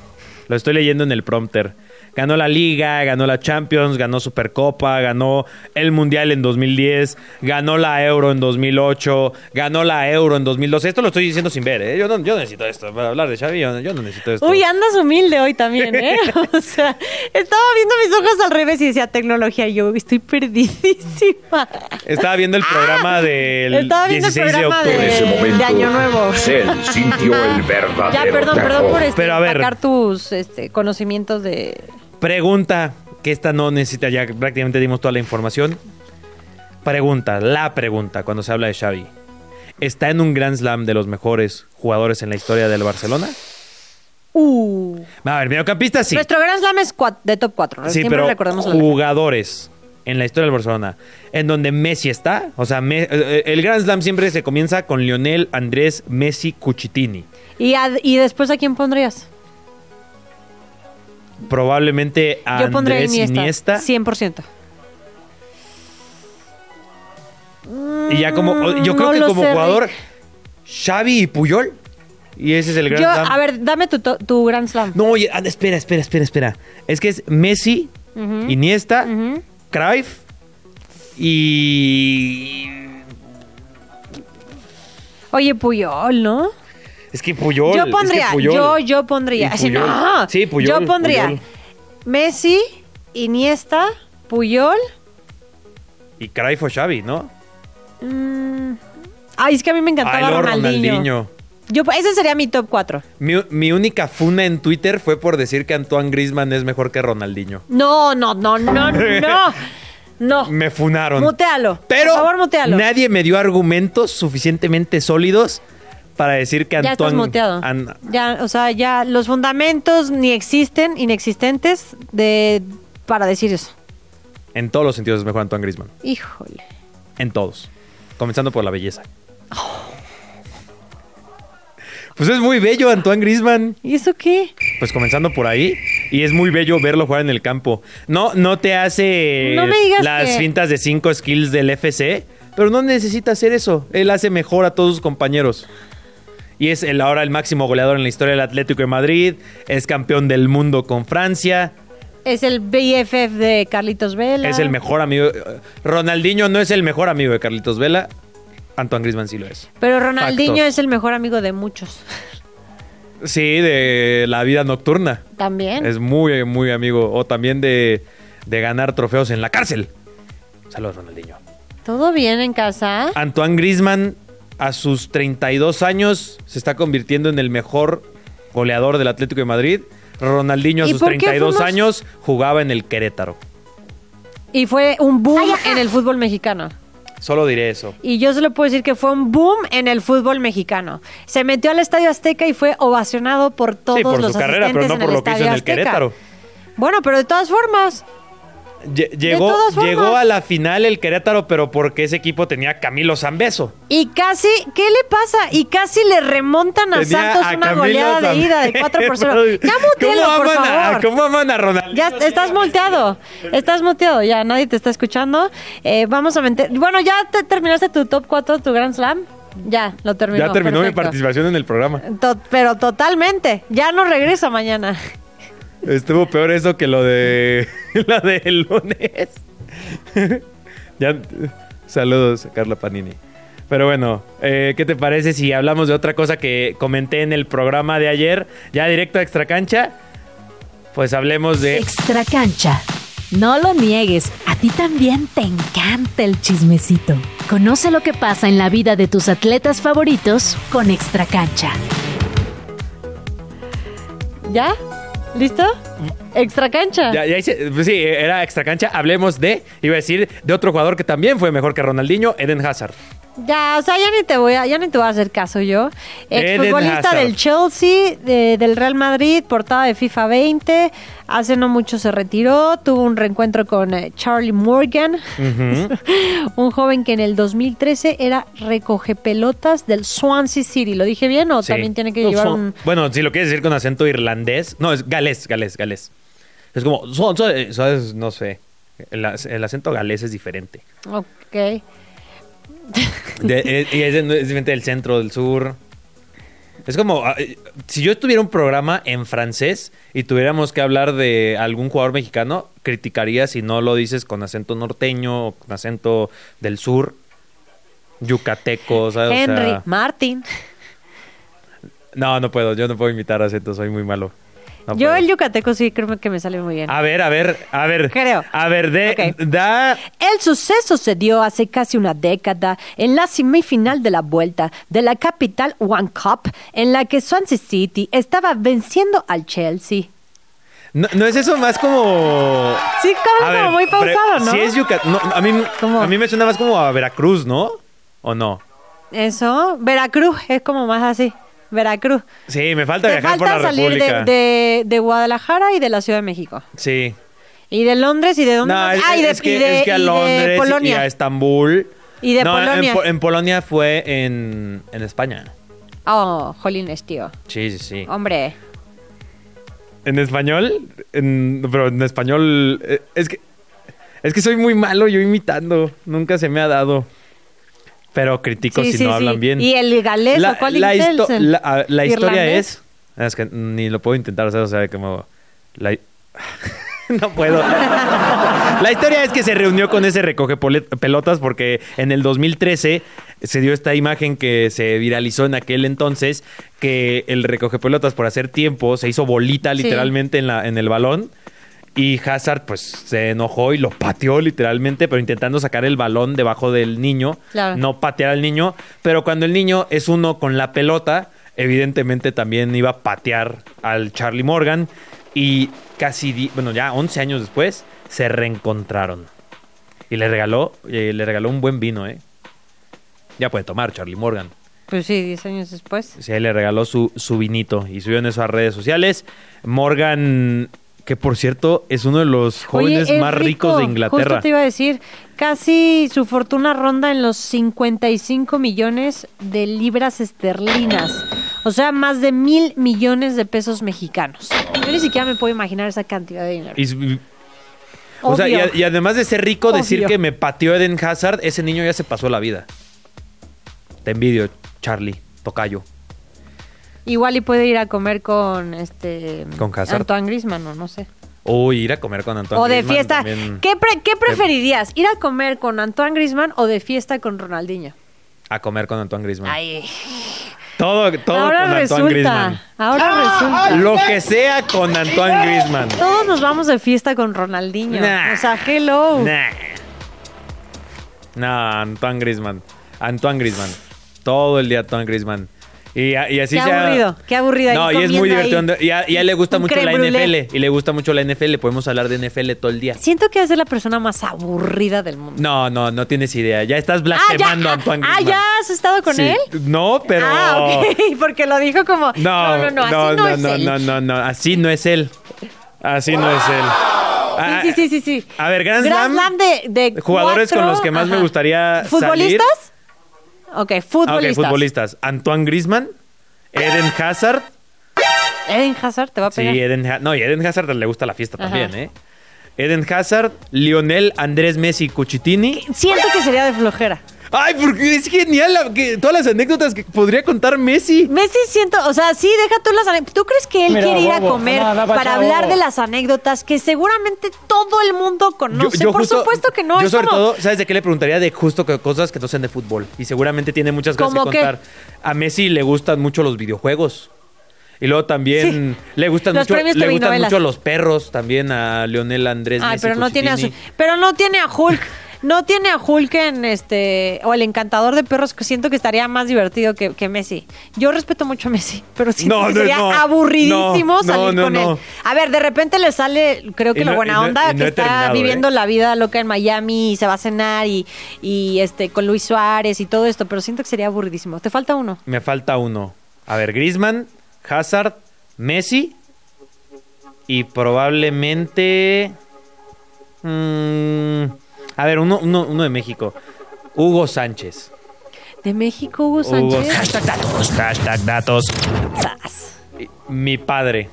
[SPEAKER 2] Lo estoy leyendo en el prompter. Ganó la Liga, ganó la Champions, ganó Supercopa, ganó el Mundial en 2010, ganó la Euro en 2008, ganó la Euro en 2012. Esto lo estoy diciendo sin ver, ¿eh? Yo no, yo no necesito esto. Para hablar de Xavi, yo no, yo no necesito esto.
[SPEAKER 3] Uy, andas humilde hoy también, ¿eh? O sea, estaba viendo mis hojas al revés y decía tecnología. y Yo estoy perdidísima.
[SPEAKER 2] Estaba viendo el programa del
[SPEAKER 3] Ah, Estaba viendo el
[SPEAKER 2] 16
[SPEAKER 3] programa
[SPEAKER 2] de
[SPEAKER 3] de,
[SPEAKER 2] octubre.
[SPEAKER 3] de Año Nuevo. ya, perdón, perdón por este,
[SPEAKER 2] Pero a ver,
[SPEAKER 3] sacar tus este, conocimientos de...
[SPEAKER 2] Pregunta, que esta no necesita, ya prácticamente dimos toda la información. Pregunta, la pregunta cuando se habla de Xavi. ¿Está en un Grand Slam de los mejores jugadores en la historia del Barcelona?
[SPEAKER 3] Uh.
[SPEAKER 2] A ver, mediocampista sí.
[SPEAKER 3] Nuestro Grand Slam es cua- de top 4.
[SPEAKER 2] sí,
[SPEAKER 3] Siempre
[SPEAKER 2] pero
[SPEAKER 3] recordamos la-
[SPEAKER 2] jugadores en la historia del Barcelona, en donde Messi está, o sea, Me- eh, eh, el Grand Slam siempre se comienza con Lionel, Andrés, Messi, Cuchitini.
[SPEAKER 3] ¿Y, ad- y después a quién pondrías?
[SPEAKER 2] Probablemente a
[SPEAKER 3] Yo pondría a
[SPEAKER 2] Andrés Iniesta.
[SPEAKER 3] Iniesta. 100%.
[SPEAKER 2] Y ya como, o- yo creo
[SPEAKER 3] no
[SPEAKER 2] que
[SPEAKER 3] lo
[SPEAKER 2] como
[SPEAKER 3] sé, Rick.
[SPEAKER 2] jugador, Xavi y Puyol. Y ese es el Grand
[SPEAKER 3] Yo,
[SPEAKER 2] Slam.
[SPEAKER 3] a ver, dame tu, to- tu Grand Slam.
[SPEAKER 2] No, oye, ah, espera, espera, espera, espera. Es que es Messi,
[SPEAKER 3] Ujú.
[SPEAKER 2] Iniesta,
[SPEAKER 3] Ujú.
[SPEAKER 2] Cruyff y...
[SPEAKER 3] Oye, Puyol, ¿no?
[SPEAKER 2] Es que Puyol. es
[SPEAKER 3] yo
[SPEAKER 2] que
[SPEAKER 3] pondría,
[SPEAKER 2] Puyol.
[SPEAKER 3] yo, yo pondría.
[SPEAKER 2] Y
[SPEAKER 3] Así,
[SPEAKER 2] Puyol.
[SPEAKER 3] no.
[SPEAKER 2] Sí, Puyol,
[SPEAKER 3] Yo pondría
[SPEAKER 2] Puyol.
[SPEAKER 3] Messi, Iniesta, Puyol.
[SPEAKER 2] Y Cruyff o Xavi, ¿no?
[SPEAKER 3] mm, Ay, es que a mí me encantaba
[SPEAKER 2] Ay, luego
[SPEAKER 3] Ronaldinho. Yo, ese sería mi top 4.
[SPEAKER 2] Mi, mi única funa en Twitter fue por decir que Antoine Griezmann es mejor que Ronaldinho.
[SPEAKER 3] No, no, no, no, no. No.
[SPEAKER 2] Me funaron.
[SPEAKER 3] Mutealo.
[SPEAKER 2] Pero
[SPEAKER 3] Por favor, mutealo.
[SPEAKER 2] Nadie me dio argumentos suficientemente sólidos para decir que
[SPEAKER 3] Ya
[SPEAKER 2] Antoine...
[SPEAKER 3] estás muteado.
[SPEAKER 2] An-
[SPEAKER 3] Ya, o sea, ya los fundamentos ni existen, inexistentes, de para decir eso.
[SPEAKER 2] en todos los sentidos es mejor Antoine Griezmann.
[SPEAKER 3] Híjole.
[SPEAKER 2] En todos. Comenzando por la belleza.
[SPEAKER 3] Oh.
[SPEAKER 2] Pues es muy bello Antoine Griezmann.
[SPEAKER 3] ¿Y eso qué?
[SPEAKER 2] Pues comenzando por ahí. Y es muy bello verlo jugar en el campo. No, no te hace
[SPEAKER 3] No me digas
[SPEAKER 2] las
[SPEAKER 3] que-
[SPEAKER 2] fintas de cinco skills del FC, pero no necesita hacer eso. Él hace mejor a todos sus compañeros. Y es el, ahora el máximo goleador en la historia del Atlético de Madrid. Es campeón del mundo con Francia.
[SPEAKER 3] Es el BFF de Carlitos Vela.
[SPEAKER 2] Es el mejor amigo. Ronaldinho no es el mejor amigo de Carlitos Vela. Antoine Griezmann sí lo es.
[SPEAKER 3] Pero Ronaldinho
[SPEAKER 2] Factos.
[SPEAKER 3] es el mejor amigo de muchos.
[SPEAKER 2] Sí, de la vida nocturna.
[SPEAKER 3] También.
[SPEAKER 2] Es muy, muy amigo. O también de, de ganar trofeos en la cárcel. Saludos, Ronaldinho.
[SPEAKER 3] ¿Todo bien en casa?
[SPEAKER 2] Antoine Griezmann, a sus 32 años, se está convirtiendo en el mejor goleador del Atlético de Madrid. Ronaldinho, a
[SPEAKER 3] ¿Y
[SPEAKER 2] sus
[SPEAKER 3] por qué
[SPEAKER 2] 32
[SPEAKER 3] fuimos-
[SPEAKER 2] años, jugaba en el Querétaro.
[SPEAKER 3] Y fue un boom en el fútbol mexicano.
[SPEAKER 2] Solo diré eso.
[SPEAKER 3] Y yo solo puedo decir que fue un boom en el fútbol mexicano. Se metió al Estadio Azteca y fue ovacionado por todos
[SPEAKER 2] sí, por su
[SPEAKER 3] los
[SPEAKER 2] carrera, pero
[SPEAKER 3] asistentes
[SPEAKER 2] no
[SPEAKER 3] en
[SPEAKER 2] por
[SPEAKER 3] el
[SPEAKER 2] lo que hizo
[SPEAKER 3] Estadio
[SPEAKER 2] en el
[SPEAKER 3] Azteca.
[SPEAKER 2] Querétaro.
[SPEAKER 3] Bueno, pero de todas formas,
[SPEAKER 2] Lle- Llegó,
[SPEAKER 3] todas formas.
[SPEAKER 2] llegó a la final el Querétaro, pero porque ese equipo tenía a Camilo Zambeso.
[SPEAKER 3] Y casi, ¿qué le pasa? Y casi le remontan a
[SPEAKER 2] Tenía
[SPEAKER 3] Santos
[SPEAKER 2] a
[SPEAKER 3] una
[SPEAKER 2] Camilo
[SPEAKER 3] goleada de
[SPEAKER 2] Zambeso.
[SPEAKER 3] ida de 4 por 0. Ya mutealo,
[SPEAKER 2] ¿Cómo
[SPEAKER 3] por
[SPEAKER 2] aman a-
[SPEAKER 3] favor.
[SPEAKER 2] ¿Cómo aman a Ronaldinho?
[SPEAKER 3] Ya est- estás muteado, estás muteado, ya nadie te está escuchando. Eh, vamos a meter. Bueno, ya te terminaste tu top 4, tu Grand Slam. Ya, lo terminó.
[SPEAKER 2] ya terminó mi
[SPEAKER 3] perfecto.
[SPEAKER 2] participación en el programa.
[SPEAKER 3] To- pero totalmente, ya no regresa mañana.
[SPEAKER 2] Estuvo peor eso que lo de la del lunes. Ya, saludos a Carla Panini. Pero bueno, eh, ¿qué te parece si hablamos de otra cosa que comenté en el programa de ayer? Ya directo a Extra Cancha. Pues hablemos de
[SPEAKER 5] Extra cancha. No lo niegues, a ti también te encanta el chismecito. Conoce lo que pasa en la vida de tus atletas favoritos con Extra cancha.
[SPEAKER 3] ¿Ya? ¿Listo? Extra cancha.
[SPEAKER 2] Ya, ya hice- pues sí, era extra cancha. Hablemos de, iba a decir, de otro jugador que también fue mejor que Ronaldinho, Eden Hazard.
[SPEAKER 3] Ya, o sea, ya ni te voy a, ya ni te voy a hacer caso yo.
[SPEAKER 2] Eden
[SPEAKER 3] Exfutbolista
[SPEAKER 2] Hazard.
[SPEAKER 3] del Chelsea, de- del Real Madrid, portada de FIFA 20. Hace no mucho se retiró, tuvo un reencuentro con eh, Charlie Morgan, un joven que en el 2013 era recoge pelotas del Swansea City. ¿Lo dije bien o
[SPEAKER 2] Sí.
[SPEAKER 3] también tiene que llevar un
[SPEAKER 2] Bueno, si lo quieres decir con acento irlandés. No, es galés, galés, galés. Es como, son, son, eh, ¿sabes? No sé. El, ac- el acento galés es diferente.
[SPEAKER 3] Ok.
[SPEAKER 2] De- eh, y es, es diferente del centro, del sur. Es como, ah, eh, si yo tuviera un programa en francés y tuviéramos que hablar de algún jugador mexicano, criticaría si no lo dices con acento norteño o con acento del sur, yucateco, ¿sabes? O sea,
[SPEAKER 3] Henry Martin.
[SPEAKER 2] no, no puedo, yo no puedo imitar acento, soy muy malo. No
[SPEAKER 3] yo
[SPEAKER 2] puedo. Ah.
[SPEAKER 3] el yucateco sí creo que me sale muy bien.
[SPEAKER 2] A ver, a ver, a ver.
[SPEAKER 3] Creo.
[SPEAKER 2] A ver, de,
[SPEAKER 3] Ok.
[SPEAKER 2] da...
[SPEAKER 3] El suceso se dio hace casi una década en la semifinal de la vuelta de la capital One Cup, en la que Swansea City estaba venciendo al Chelsea.
[SPEAKER 2] No, no es eso más como...
[SPEAKER 3] Sí,
[SPEAKER 2] A
[SPEAKER 3] cabrón, como
[SPEAKER 2] ver,
[SPEAKER 3] muy
[SPEAKER 2] pre-
[SPEAKER 3] pausado, ¿no?
[SPEAKER 2] Si es Yucat... no, a, mí, a mí me suena más como a Veracruz, ¿no? ¿O no?
[SPEAKER 3] Eso, Veracruz, es como más así, Veracruz.
[SPEAKER 2] Sí, me falta
[SPEAKER 3] Te
[SPEAKER 2] viajar por la
[SPEAKER 3] falta salir de,
[SPEAKER 2] República.
[SPEAKER 3] de- de Guadalajara y de la Ciudad de México.
[SPEAKER 2] Sí.
[SPEAKER 3] ¿Y de Londres? ¿Y de dónde?
[SPEAKER 2] No,
[SPEAKER 3] más?
[SPEAKER 2] es,
[SPEAKER 3] ah, y de,
[SPEAKER 2] es que,
[SPEAKER 3] y de-
[SPEAKER 2] es que a
[SPEAKER 3] y de
[SPEAKER 2] Londres y- y
[SPEAKER 3] Polonia.
[SPEAKER 2] a Estambul.
[SPEAKER 3] Y de
[SPEAKER 2] No, en
[SPEAKER 3] Polonia.
[SPEAKER 2] Po- En, Polonia fue en, en España.
[SPEAKER 3] Oh, jolines, tío.
[SPEAKER 2] Sí, sí, sí.
[SPEAKER 3] Hombre.
[SPEAKER 2] En español, en- pero en español eh, es que es que soy muy malo yo imitando, nunca se me ha dado. Pero critico
[SPEAKER 3] Sí,
[SPEAKER 2] si
[SPEAKER 3] sí,
[SPEAKER 2] no
[SPEAKER 3] sí.
[SPEAKER 2] hablan bien.
[SPEAKER 3] ¿Y el galés o cuál inglés?
[SPEAKER 2] histo-
[SPEAKER 3] ¿El
[SPEAKER 2] la- ah, la historia
[SPEAKER 3] irlandés?
[SPEAKER 2] es es que ni lo puedo intentar hacer, o sea, como la- no puedo. La historia es que se reunió con ese recoge pole- pelotas porque en el 2013 se dio esta imagen que se viralizó en aquel entonces que el recoge pelotas por hacer tiempo se hizo bolita
[SPEAKER 13] Sí.
[SPEAKER 2] literalmente en, la, en el balón y Hazard pues se enojó y lo pateó literalmente pero intentando sacar el balón debajo del niño
[SPEAKER 13] Claro.
[SPEAKER 2] no patear al niño pero cuando el niño es uno con la pelota evidentemente también iba a patear al Charlie Morgan y casi di- bueno ya 11 años después se reencontraron y le regaló eh, le regaló un buen vino eh ya puede tomar Charlie Morgan
[SPEAKER 3] Pues sí, 10 años después.
[SPEAKER 2] Sí, ahí le regaló su, su vinito y subió en eso a redes sociales. Morgan, que por cierto es uno de los jóvenes
[SPEAKER 3] Oye, es
[SPEAKER 2] más
[SPEAKER 3] rico.
[SPEAKER 2] ricos de Inglaterra.
[SPEAKER 3] Justo te iba a decir, casi su fortuna ronda en los 55 millones de libras esterlinas. O sea, más de mil millones de pesos mexicanos. Yo ni siquiera me puedo imaginar esa cantidad de dinero.
[SPEAKER 2] Y s- o sea, y,
[SPEAKER 3] Obvio.
[SPEAKER 2] a- y además de ser rico, decir
[SPEAKER 3] Obvio.
[SPEAKER 2] que me pateó Eden Hazard, ese niño ya se pasó la vida. Te envidio, Charlie, tocayo.
[SPEAKER 3] Igual y puede ir a comer con este
[SPEAKER 2] Con Hazard.
[SPEAKER 3] Antoine Griezmann o no sé.
[SPEAKER 2] Uy, ir a comer con Antonio.
[SPEAKER 3] o de fiesta. ¿Qué, pre- qué preferirías? ¿Ir a comer con Antoine Griezmann o de fiesta con Ronaldinho?
[SPEAKER 2] A comer con Antoine Griezmann.
[SPEAKER 3] Ay.
[SPEAKER 2] Todo, todo
[SPEAKER 3] ahora
[SPEAKER 2] con
[SPEAKER 3] resulta.
[SPEAKER 2] Antoine Griezmann.
[SPEAKER 3] Ahora resulta.
[SPEAKER 2] Lo que sea con Antoine Griezmann.
[SPEAKER 3] Todos nos vamos de fiesta con Ronaldinho.
[SPEAKER 2] Nah.
[SPEAKER 3] O sea, hello.
[SPEAKER 2] Nah. No, Antoine Griezmann. Antoine Griezmann. Todo el día Antoine Griezmann. Y, a- y así
[SPEAKER 3] qué
[SPEAKER 2] se ha-
[SPEAKER 3] aburrido, qué aburrido. ahí
[SPEAKER 2] No, y es muy
[SPEAKER 3] comiendo ahí.
[SPEAKER 2] divertido. Y a, y a él le gusta
[SPEAKER 3] Un
[SPEAKER 2] mucho la
[SPEAKER 3] crème brûlée.
[SPEAKER 2] NFL. Y le gusta mucho la NFL. Podemos hablar de NFL todo el día.
[SPEAKER 3] Siento que es la persona más aburrida del mundo.
[SPEAKER 2] No, no, no tienes idea. Ya estás blasfemando a Antoine
[SPEAKER 3] Ah,
[SPEAKER 2] Griezmann.
[SPEAKER 3] ¿ya has estado con
[SPEAKER 2] Sí.
[SPEAKER 3] él?
[SPEAKER 2] No, pero.
[SPEAKER 3] Ah, ok, porque lo dijo como... No, no, no, así no,
[SPEAKER 2] no,
[SPEAKER 3] es
[SPEAKER 2] no,
[SPEAKER 3] él.
[SPEAKER 2] no, no, no. Así no es él. Así no es él. Ah,
[SPEAKER 3] Sí, sí, sí, sí, sí.
[SPEAKER 2] A ver, Grand Slam,
[SPEAKER 3] de, de
[SPEAKER 2] Jugadores con
[SPEAKER 3] cuatro-
[SPEAKER 2] los que más me
[SPEAKER 3] ajá.
[SPEAKER 2] gustaría. salir.
[SPEAKER 3] ¿Futbolistas? Ok,
[SPEAKER 2] Ah,
[SPEAKER 3] futbolistas. Ah.
[SPEAKER 2] ok, futbolistas. Antoine Griezmann, Eden Hazard.
[SPEAKER 3] Eden Hazard te va a
[SPEAKER 2] Sí, eh.
[SPEAKER 3] pegar.
[SPEAKER 2] Eden Hazard. No, y Eden Hazard le gusta la fiesta
[SPEAKER 3] Ajá.
[SPEAKER 2] también, ¿eh? Eden Hazard, Lionel, Andrés Messi, Cuchitini.
[SPEAKER 3] Siento que sería de flojera.
[SPEAKER 2] Ay, porque es genial la- que- todas las anécdotas que podría contar Messi.
[SPEAKER 3] Messi siento, o sea, sí, deja tú las anécdotas. ¿Tú crees que él
[SPEAKER 2] Mira,
[SPEAKER 3] quiere ir a
[SPEAKER 2] bobo.
[SPEAKER 3] comer
[SPEAKER 2] No, no, pa' allá,
[SPEAKER 3] para hablar
[SPEAKER 2] bobo.
[SPEAKER 3] de las anécdotas que seguramente todo el mundo conoce? Por
[SPEAKER 2] justo-
[SPEAKER 3] supuesto que no.
[SPEAKER 2] Yo
[SPEAKER 3] es
[SPEAKER 2] sobre
[SPEAKER 3] como-
[SPEAKER 2] todo, ¿sabes de qué le preguntaría? De justo que cosas que no sean de fútbol. Y seguramente tiene muchas cosas que
[SPEAKER 3] ¿Cómo qué?
[SPEAKER 2] contar. A Messi le gustan mucho los videojuegos. Y luego también le gustan,
[SPEAKER 3] Los
[SPEAKER 2] mucho,
[SPEAKER 3] premios
[SPEAKER 2] le gustan
[SPEAKER 3] telenovelas.
[SPEAKER 2] mucho los perros también a Lionel Andrés
[SPEAKER 3] Ay,
[SPEAKER 2] Messi
[SPEAKER 3] pero no tiene a su-
[SPEAKER 2] Cuchitini.
[SPEAKER 3] pero no tiene a Hulk. No tiene a Hulk en este. O el encantador de perros, que siento que estaría más divertido que, que Messi. Yo respeto mucho a Messi, pero siento
[SPEAKER 2] No,
[SPEAKER 3] que
[SPEAKER 2] no,
[SPEAKER 3] sería
[SPEAKER 2] no.
[SPEAKER 3] aburridísimo
[SPEAKER 2] No, no,
[SPEAKER 3] salir
[SPEAKER 2] no,
[SPEAKER 3] con
[SPEAKER 2] no.
[SPEAKER 3] él. A ver, de repente le sale, creo que
[SPEAKER 2] Y
[SPEAKER 3] la
[SPEAKER 2] no-
[SPEAKER 3] buena
[SPEAKER 2] y no-
[SPEAKER 3] onda,
[SPEAKER 2] y no
[SPEAKER 3] que
[SPEAKER 2] he
[SPEAKER 3] está
[SPEAKER 2] terminado,
[SPEAKER 3] viviendo
[SPEAKER 2] ¿eh?
[SPEAKER 3] la vida loca en Miami y se va a cenar y, y este con Luis Suárez y todo esto, pero siento que sería aburridísimo. Te falta uno.
[SPEAKER 2] Me falta uno. A ver, Griezmann, Hazard, Messi y probablemente... mm, a ver, uno, uno, uno de México. Hugo Sánchez.
[SPEAKER 3] De México, Hugo
[SPEAKER 2] Hugo
[SPEAKER 3] Sánchez.
[SPEAKER 2] Hashtag datos. Hashtag datos. Mi padre.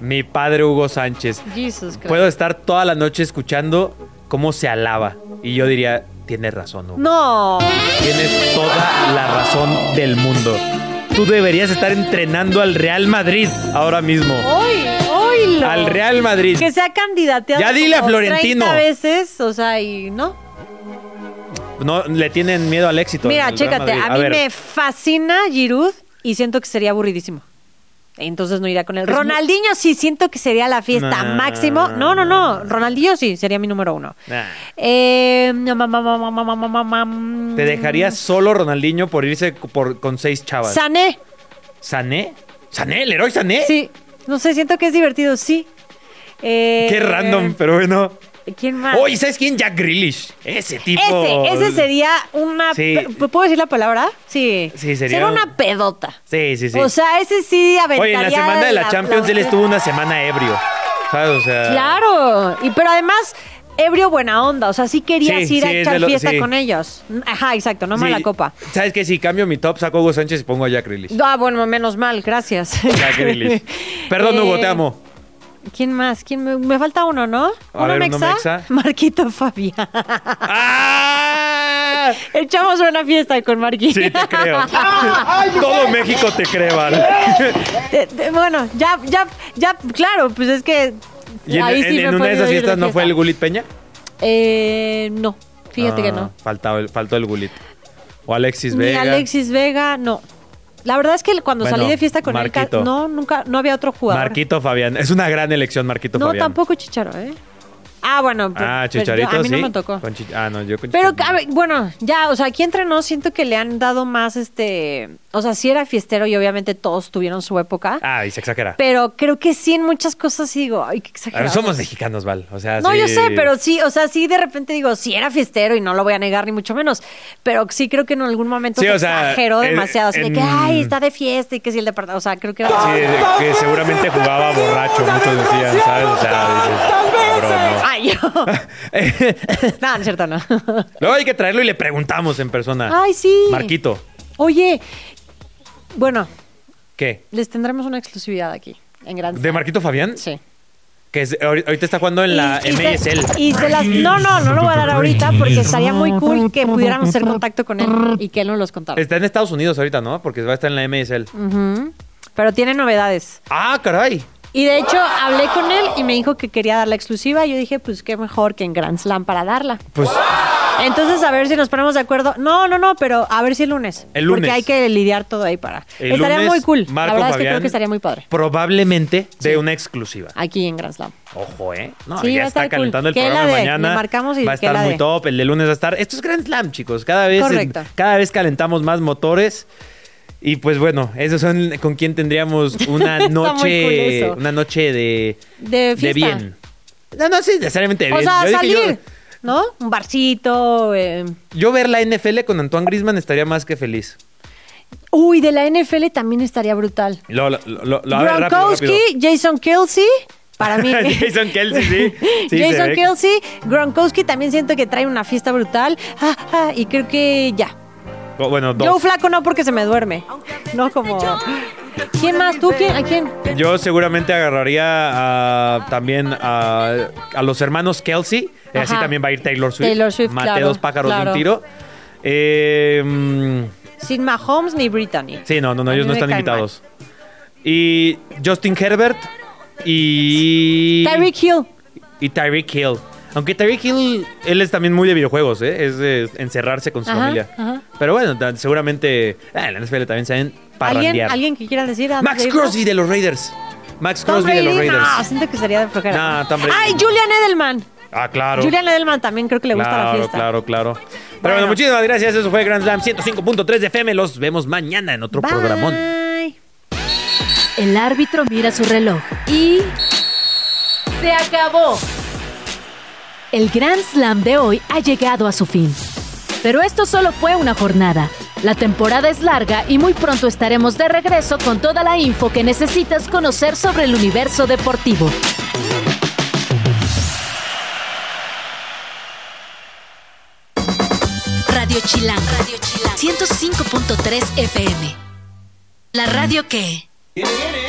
[SPEAKER 2] Mi padre Hugo Sánchez.
[SPEAKER 3] Jesus Christ.
[SPEAKER 2] Puedo estar toda la noche escuchando cómo se alaba. Y yo diría, tienes razón, Hugo.
[SPEAKER 3] No.
[SPEAKER 2] Tienes toda la razón del mundo. Tú deberías estar entrenando al Real Madrid ahora mismo.
[SPEAKER 3] ¡Hoy! ¡Hoy!
[SPEAKER 2] Al Real Madrid.
[SPEAKER 3] Que sea candidateado.
[SPEAKER 2] Ya dile a
[SPEAKER 3] como
[SPEAKER 2] Florentino.
[SPEAKER 3] 30 veces, o sea, y no.
[SPEAKER 2] No le tienen miedo al éxito.
[SPEAKER 3] Mira,
[SPEAKER 2] al Real
[SPEAKER 3] chécate,
[SPEAKER 2] Madrid.
[SPEAKER 3] a mí
[SPEAKER 2] ver,
[SPEAKER 3] me fascina Giroud y siento que sería aburridísimo. Entonces no irá con él. Ronaldinho sí siento que sería la fiesta
[SPEAKER 2] Nah.
[SPEAKER 3] máximo. No, no, no. Ronaldinho sí sería mi número uno.
[SPEAKER 2] nah.
[SPEAKER 3] Eh, mam, mam, mam, mam, mam, mam, mam.
[SPEAKER 2] Te dejaría solo Ronaldinho por irse por- con seis chavas.
[SPEAKER 3] Sané.
[SPEAKER 2] ¿Sané? ¿Sané? ¿El héroe Sané?
[SPEAKER 3] Sí. No sé, siento que es divertido, sí. Eh,
[SPEAKER 2] Qué random, pero bueno.
[SPEAKER 3] ¿Quién más?
[SPEAKER 2] Oye, ¿sabes quién? Jack Grealish. Ese tipo.
[SPEAKER 3] Ese, ese sería una...
[SPEAKER 2] Sí.
[SPEAKER 3] pe- ¿Puedo decir la palabra? Sí.
[SPEAKER 2] Sí, sería un-
[SPEAKER 3] una pedota.
[SPEAKER 2] Sí, sí, sí.
[SPEAKER 3] O sea, ese sí aventaría...
[SPEAKER 2] Oye, en la semana de la,
[SPEAKER 3] la-
[SPEAKER 2] Champions
[SPEAKER 3] la-
[SPEAKER 2] él estuvo una semana ebrio. ¿Sabes? O sea,
[SPEAKER 3] Claro, y pero además ebrio buena onda, o sea, sí querías
[SPEAKER 2] Sí,
[SPEAKER 3] ir
[SPEAKER 2] sí,
[SPEAKER 3] a
[SPEAKER 2] es
[SPEAKER 3] echar
[SPEAKER 2] de lo-
[SPEAKER 3] fiesta
[SPEAKER 2] sí.
[SPEAKER 3] con ellos. Ajá, exacto, no mala
[SPEAKER 2] sí,
[SPEAKER 3] copa.
[SPEAKER 2] ¿Sabes qué? Si cambio mi top, saco a Hugo Sánchez y pongo a Jack Grealish.
[SPEAKER 3] Ah, bueno, menos mal, gracias.
[SPEAKER 2] Jack Grealish. Ah, Perdón,
[SPEAKER 3] Eh,
[SPEAKER 2] Hugo, te amo.
[SPEAKER 3] ¿Quién más? ¿Quién me, me falta uno, ¿no?
[SPEAKER 2] A ver, uno mexa.
[SPEAKER 3] Marquito Fabián. Echamos una fiesta con Marquito.
[SPEAKER 2] ¡Ah! Sí, te creo.
[SPEAKER 3] Ay, mi
[SPEAKER 2] Todo
[SPEAKER 3] cara.
[SPEAKER 2] México te cree, Val.
[SPEAKER 3] Te- te- bueno, ya, ya, ya, claro, pues es que
[SPEAKER 2] ¿Y en,
[SPEAKER 3] ahí
[SPEAKER 2] en-
[SPEAKER 3] sí me
[SPEAKER 2] en una
[SPEAKER 3] fue
[SPEAKER 2] de esas
[SPEAKER 3] de ir de
[SPEAKER 2] fiestas no fue el
[SPEAKER 3] fiesta.
[SPEAKER 2] Gulit Peña?
[SPEAKER 3] Eh, no, fíjate que
[SPEAKER 2] Ah,
[SPEAKER 3] no.
[SPEAKER 2] Faltaba el, faltó el Gulit. O Alexis
[SPEAKER 3] Ni
[SPEAKER 2] Vega.
[SPEAKER 3] Alexis Vega, no. La verdad es que cuando
[SPEAKER 2] Bueno,
[SPEAKER 3] salí de fiesta con él,
[SPEAKER 2] Marquito.
[SPEAKER 3] ca- no, nunca, no había otro jugador.
[SPEAKER 2] Marquito Fabián. Es una gran elección, Marquito
[SPEAKER 3] no,
[SPEAKER 2] Fabián.
[SPEAKER 3] tampoco Chicharo, ¿eh? Ah, bueno. pero-
[SPEAKER 2] Ah,
[SPEAKER 3] pero
[SPEAKER 2] Chicharito,
[SPEAKER 3] A mí
[SPEAKER 2] sí.
[SPEAKER 3] no me tocó.
[SPEAKER 2] Con Chi- ah, no, yo con
[SPEAKER 3] Pero, a ver, bueno, ya, o sea, aquí entre nos siento que le han dado más, este... O sea, sí era fiestero y obviamente todos tuvieron su época.
[SPEAKER 2] Ah, y se exagera.
[SPEAKER 3] Pero creo que sí en muchas cosas sí digo, ay, qué
[SPEAKER 2] A
[SPEAKER 3] exagerado.
[SPEAKER 2] ver, somos mexicanos, Val. O sea,
[SPEAKER 3] No,
[SPEAKER 2] sí-
[SPEAKER 3] yo sé, pero sí, o sea, sí de repente digo, sí era fiestero y no lo voy a negar ni mucho menos, pero sí creo que en algún momento
[SPEAKER 2] Sí,
[SPEAKER 3] se
[SPEAKER 2] o sea,
[SPEAKER 3] exageró
[SPEAKER 2] en-
[SPEAKER 3] demasiado, así de que,
[SPEAKER 2] en-
[SPEAKER 3] ay, está de fiesta y que sí el departamento, o sea, creo que era...
[SPEAKER 2] Sí, de- que seguramente jugaba borracho, muchos decían, ¿sabes? O sea, dices, cabrón, no.
[SPEAKER 3] Ay, yo. no, no es cierto, no.
[SPEAKER 2] Luego hay que traerlo y le preguntamos en persona.
[SPEAKER 3] Ay, sí.
[SPEAKER 2] Marquito,
[SPEAKER 3] Oye, bueno,
[SPEAKER 2] ¿qué?
[SPEAKER 3] les tendremos una exclusividad aquí, en Grand
[SPEAKER 2] ¿De Marquito Fabián?
[SPEAKER 3] Sí.
[SPEAKER 2] Que es- ahori- ahorita está jugando en la
[SPEAKER 3] Y te-
[SPEAKER 2] MSL.
[SPEAKER 3] y te las- no, no, no lo voy a dar ahorita porque estaría muy cool que pudiéramos hacer contacto con él y que él nos los contara.
[SPEAKER 2] Está en Estados Unidos ahorita, ¿no? Porque va a estar en la MSL.
[SPEAKER 3] Mm. Ujú. Pero tiene novedades.
[SPEAKER 2] Ah, caray.
[SPEAKER 3] Y de hecho, hablé con él y me dijo que quería dar la exclusiva. Yo dije, pues qué mejor que en Grand Slam para darla.
[SPEAKER 2] Pues
[SPEAKER 3] Entonces, a ver si nos ponemos de acuerdo. No, no, no, pero a ver si el lunes.
[SPEAKER 2] El lunes.
[SPEAKER 3] Porque hay que lidiar todo ahí para.
[SPEAKER 2] El
[SPEAKER 3] estaría
[SPEAKER 2] lunes,
[SPEAKER 3] muy cool.
[SPEAKER 2] Marco
[SPEAKER 3] la verdad es que
[SPEAKER 2] Fabián.
[SPEAKER 3] creo que estaría muy padre.
[SPEAKER 2] probablemente de una exclusiva.
[SPEAKER 3] Aquí en Grand Slam.
[SPEAKER 2] Ojo, ¿eh? No,
[SPEAKER 3] Sí, va
[SPEAKER 2] ya
[SPEAKER 3] a
[SPEAKER 2] está
[SPEAKER 3] estar cool.
[SPEAKER 2] calentando el
[SPEAKER 3] Que
[SPEAKER 2] programa
[SPEAKER 3] la
[SPEAKER 2] de
[SPEAKER 3] dé,
[SPEAKER 2] mañana.
[SPEAKER 3] le marcamos y
[SPEAKER 2] va a
[SPEAKER 3] que
[SPEAKER 2] estar
[SPEAKER 3] la
[SPEAKER 2] muy
[SPEAKER 3] dé.
[SPEAKER 2] top. El de lunes va a estar. Esto es Grand Slam, chicos. Cada vez,
[SPEAKER 3] Correcto.
[SPEAKER 2] cada vez calentamos más motores. Y pues bueno, esos son con quien tendríamos una
[SPEAKER 3] Está muy
[SPEAKER 2] noche.
[SPEAKER 3] cool eso.
[SPEAKER 2] una noche de.
[SPEAKER 3] De fiesta.
[SPEAKER 2] bien. No, no, sí, necesariamente de
[SPEAKER 3] O
[SPEAKER 2] bien.
[SPEAKER 3] sea,
[SPEAKER 2] Eh, Yo dije,
[SPEAKER 3] salir,
[SPEAKER 2] yo-
[SPEAKER 3] ¿no? Un barcito. eh.
[SPEAKER 2] yo ver la NFL con Antoine Grisman estaría más que feliz.
[SPEAKER 3] Uy, de la NFL también estaría brutal.
[SPEAKER 2] Lo, lo, lo- lo- a ver, rápido, rápido.
[SPEAKER 3] Gronkowski, Jason Kelsey, para mí.
[SPEAKER 2] Jason Kelsey, sí. Sí, se
[SPEAKER 3] Jason
[SPEAKER 2] ve.
[SPEAKER 3] Kelsey, Gronkowski también siento que trae una fiesta brutal. Ah, ah, y creo que ya.
[SPEAKER 2] Oh, Bueno, dos.
[SPEAKER 3] Yo flaco no porque se me duerme. No como. ¿Quién más? ¿Tú quién? ¿A quién?
[SPEAKER 2] Yo seguramente agarraría a- también a, a los hermanos Kelsey. Y así
[SPEAKER 3] Ajá.
[SPEAKER 2] también va a ir Taylor Swift.
[SPEAKER 3] Taylor Swift,
[SPEAKER 2] Maté
[SPEAKER 3] claro,
[SPEAKER 2] dos pájaros de
[SPEAKER 3] claro.
[SPEAKER 2] un tiro. Eh, mm,
[SPEAKER 3] Sin Mahomes ni Brittany.
[SPEAKER 2] sí, no, no, no,
[SPEAKER 3] A
[SPEAKER 2] ellos no
[SPEAKER 3] mí me
[SPEAKER 2] están
[SPEAKER 3] caen mal.
[SPEAKER 2] invitados. Y Justin Herbert y.
[SPEAKER 3] Tyreek Hill.
[SPEAKER 2] Y Tyreek Hill. Aunque Tyreek Hill, él es también muy de videojuegos, ¿eh? Es de encerrarse con su
[SPEAKER 3] Ajá,
[SPEAKER 2] familia.
[SPEAKER 3] ajá.
[SPEAKER 2] Pero bueno, tan- seguramente. ah, en la NFL también saben
[SPEAKER 3] ¿Alguien,
[SPEAKER 2] parrandear.
[SPEAKER 3] ¿Alguien que quieran decir? antes
[SPEAKER 2] Max
[SPEAKER 3] de irnos?
[SPEAKER 2] Crosby de los Raiders. Max
[SPEAKER 3] Tom
[SPEAKER 2] Crosby de los
[SPEAKER 3] Brady,
[SPEAKER 2] Raiders.
[SPEAKER 3] No, siento que sería de flojera.
[SPEAKER 2] Nah, Tom Brady.
[SPEAKER 3] ¡Ay, Julian Edelman!
[SPEAKER 2] Ah, claro.
[SPEAKER 3] Julian Edelman también creo que le gusta la
[SPEAKER 2] claro,
[SPEAKER 3] fiesta.
[SPEAKER 2] claro, claro. Pero bueno, muchísimas gracias. Eso fue Grand Slam 105.3 de FM. Los vemos mañana en otro programón.
[SPEAKER 5] El árbitro mira su reloj y... ¡Se acabó! El Grand Slam de hoy ha llegado a su fin. Pero esto solo fue una jornada. La temporada es larga y muy pronto estaremos de regreso con toda la info que necesitas conocer sobre el universo deportivo. Radio Chilán, Radio Chilán, 105.3 FM. La radio que...
[SPEAKER 12] viene,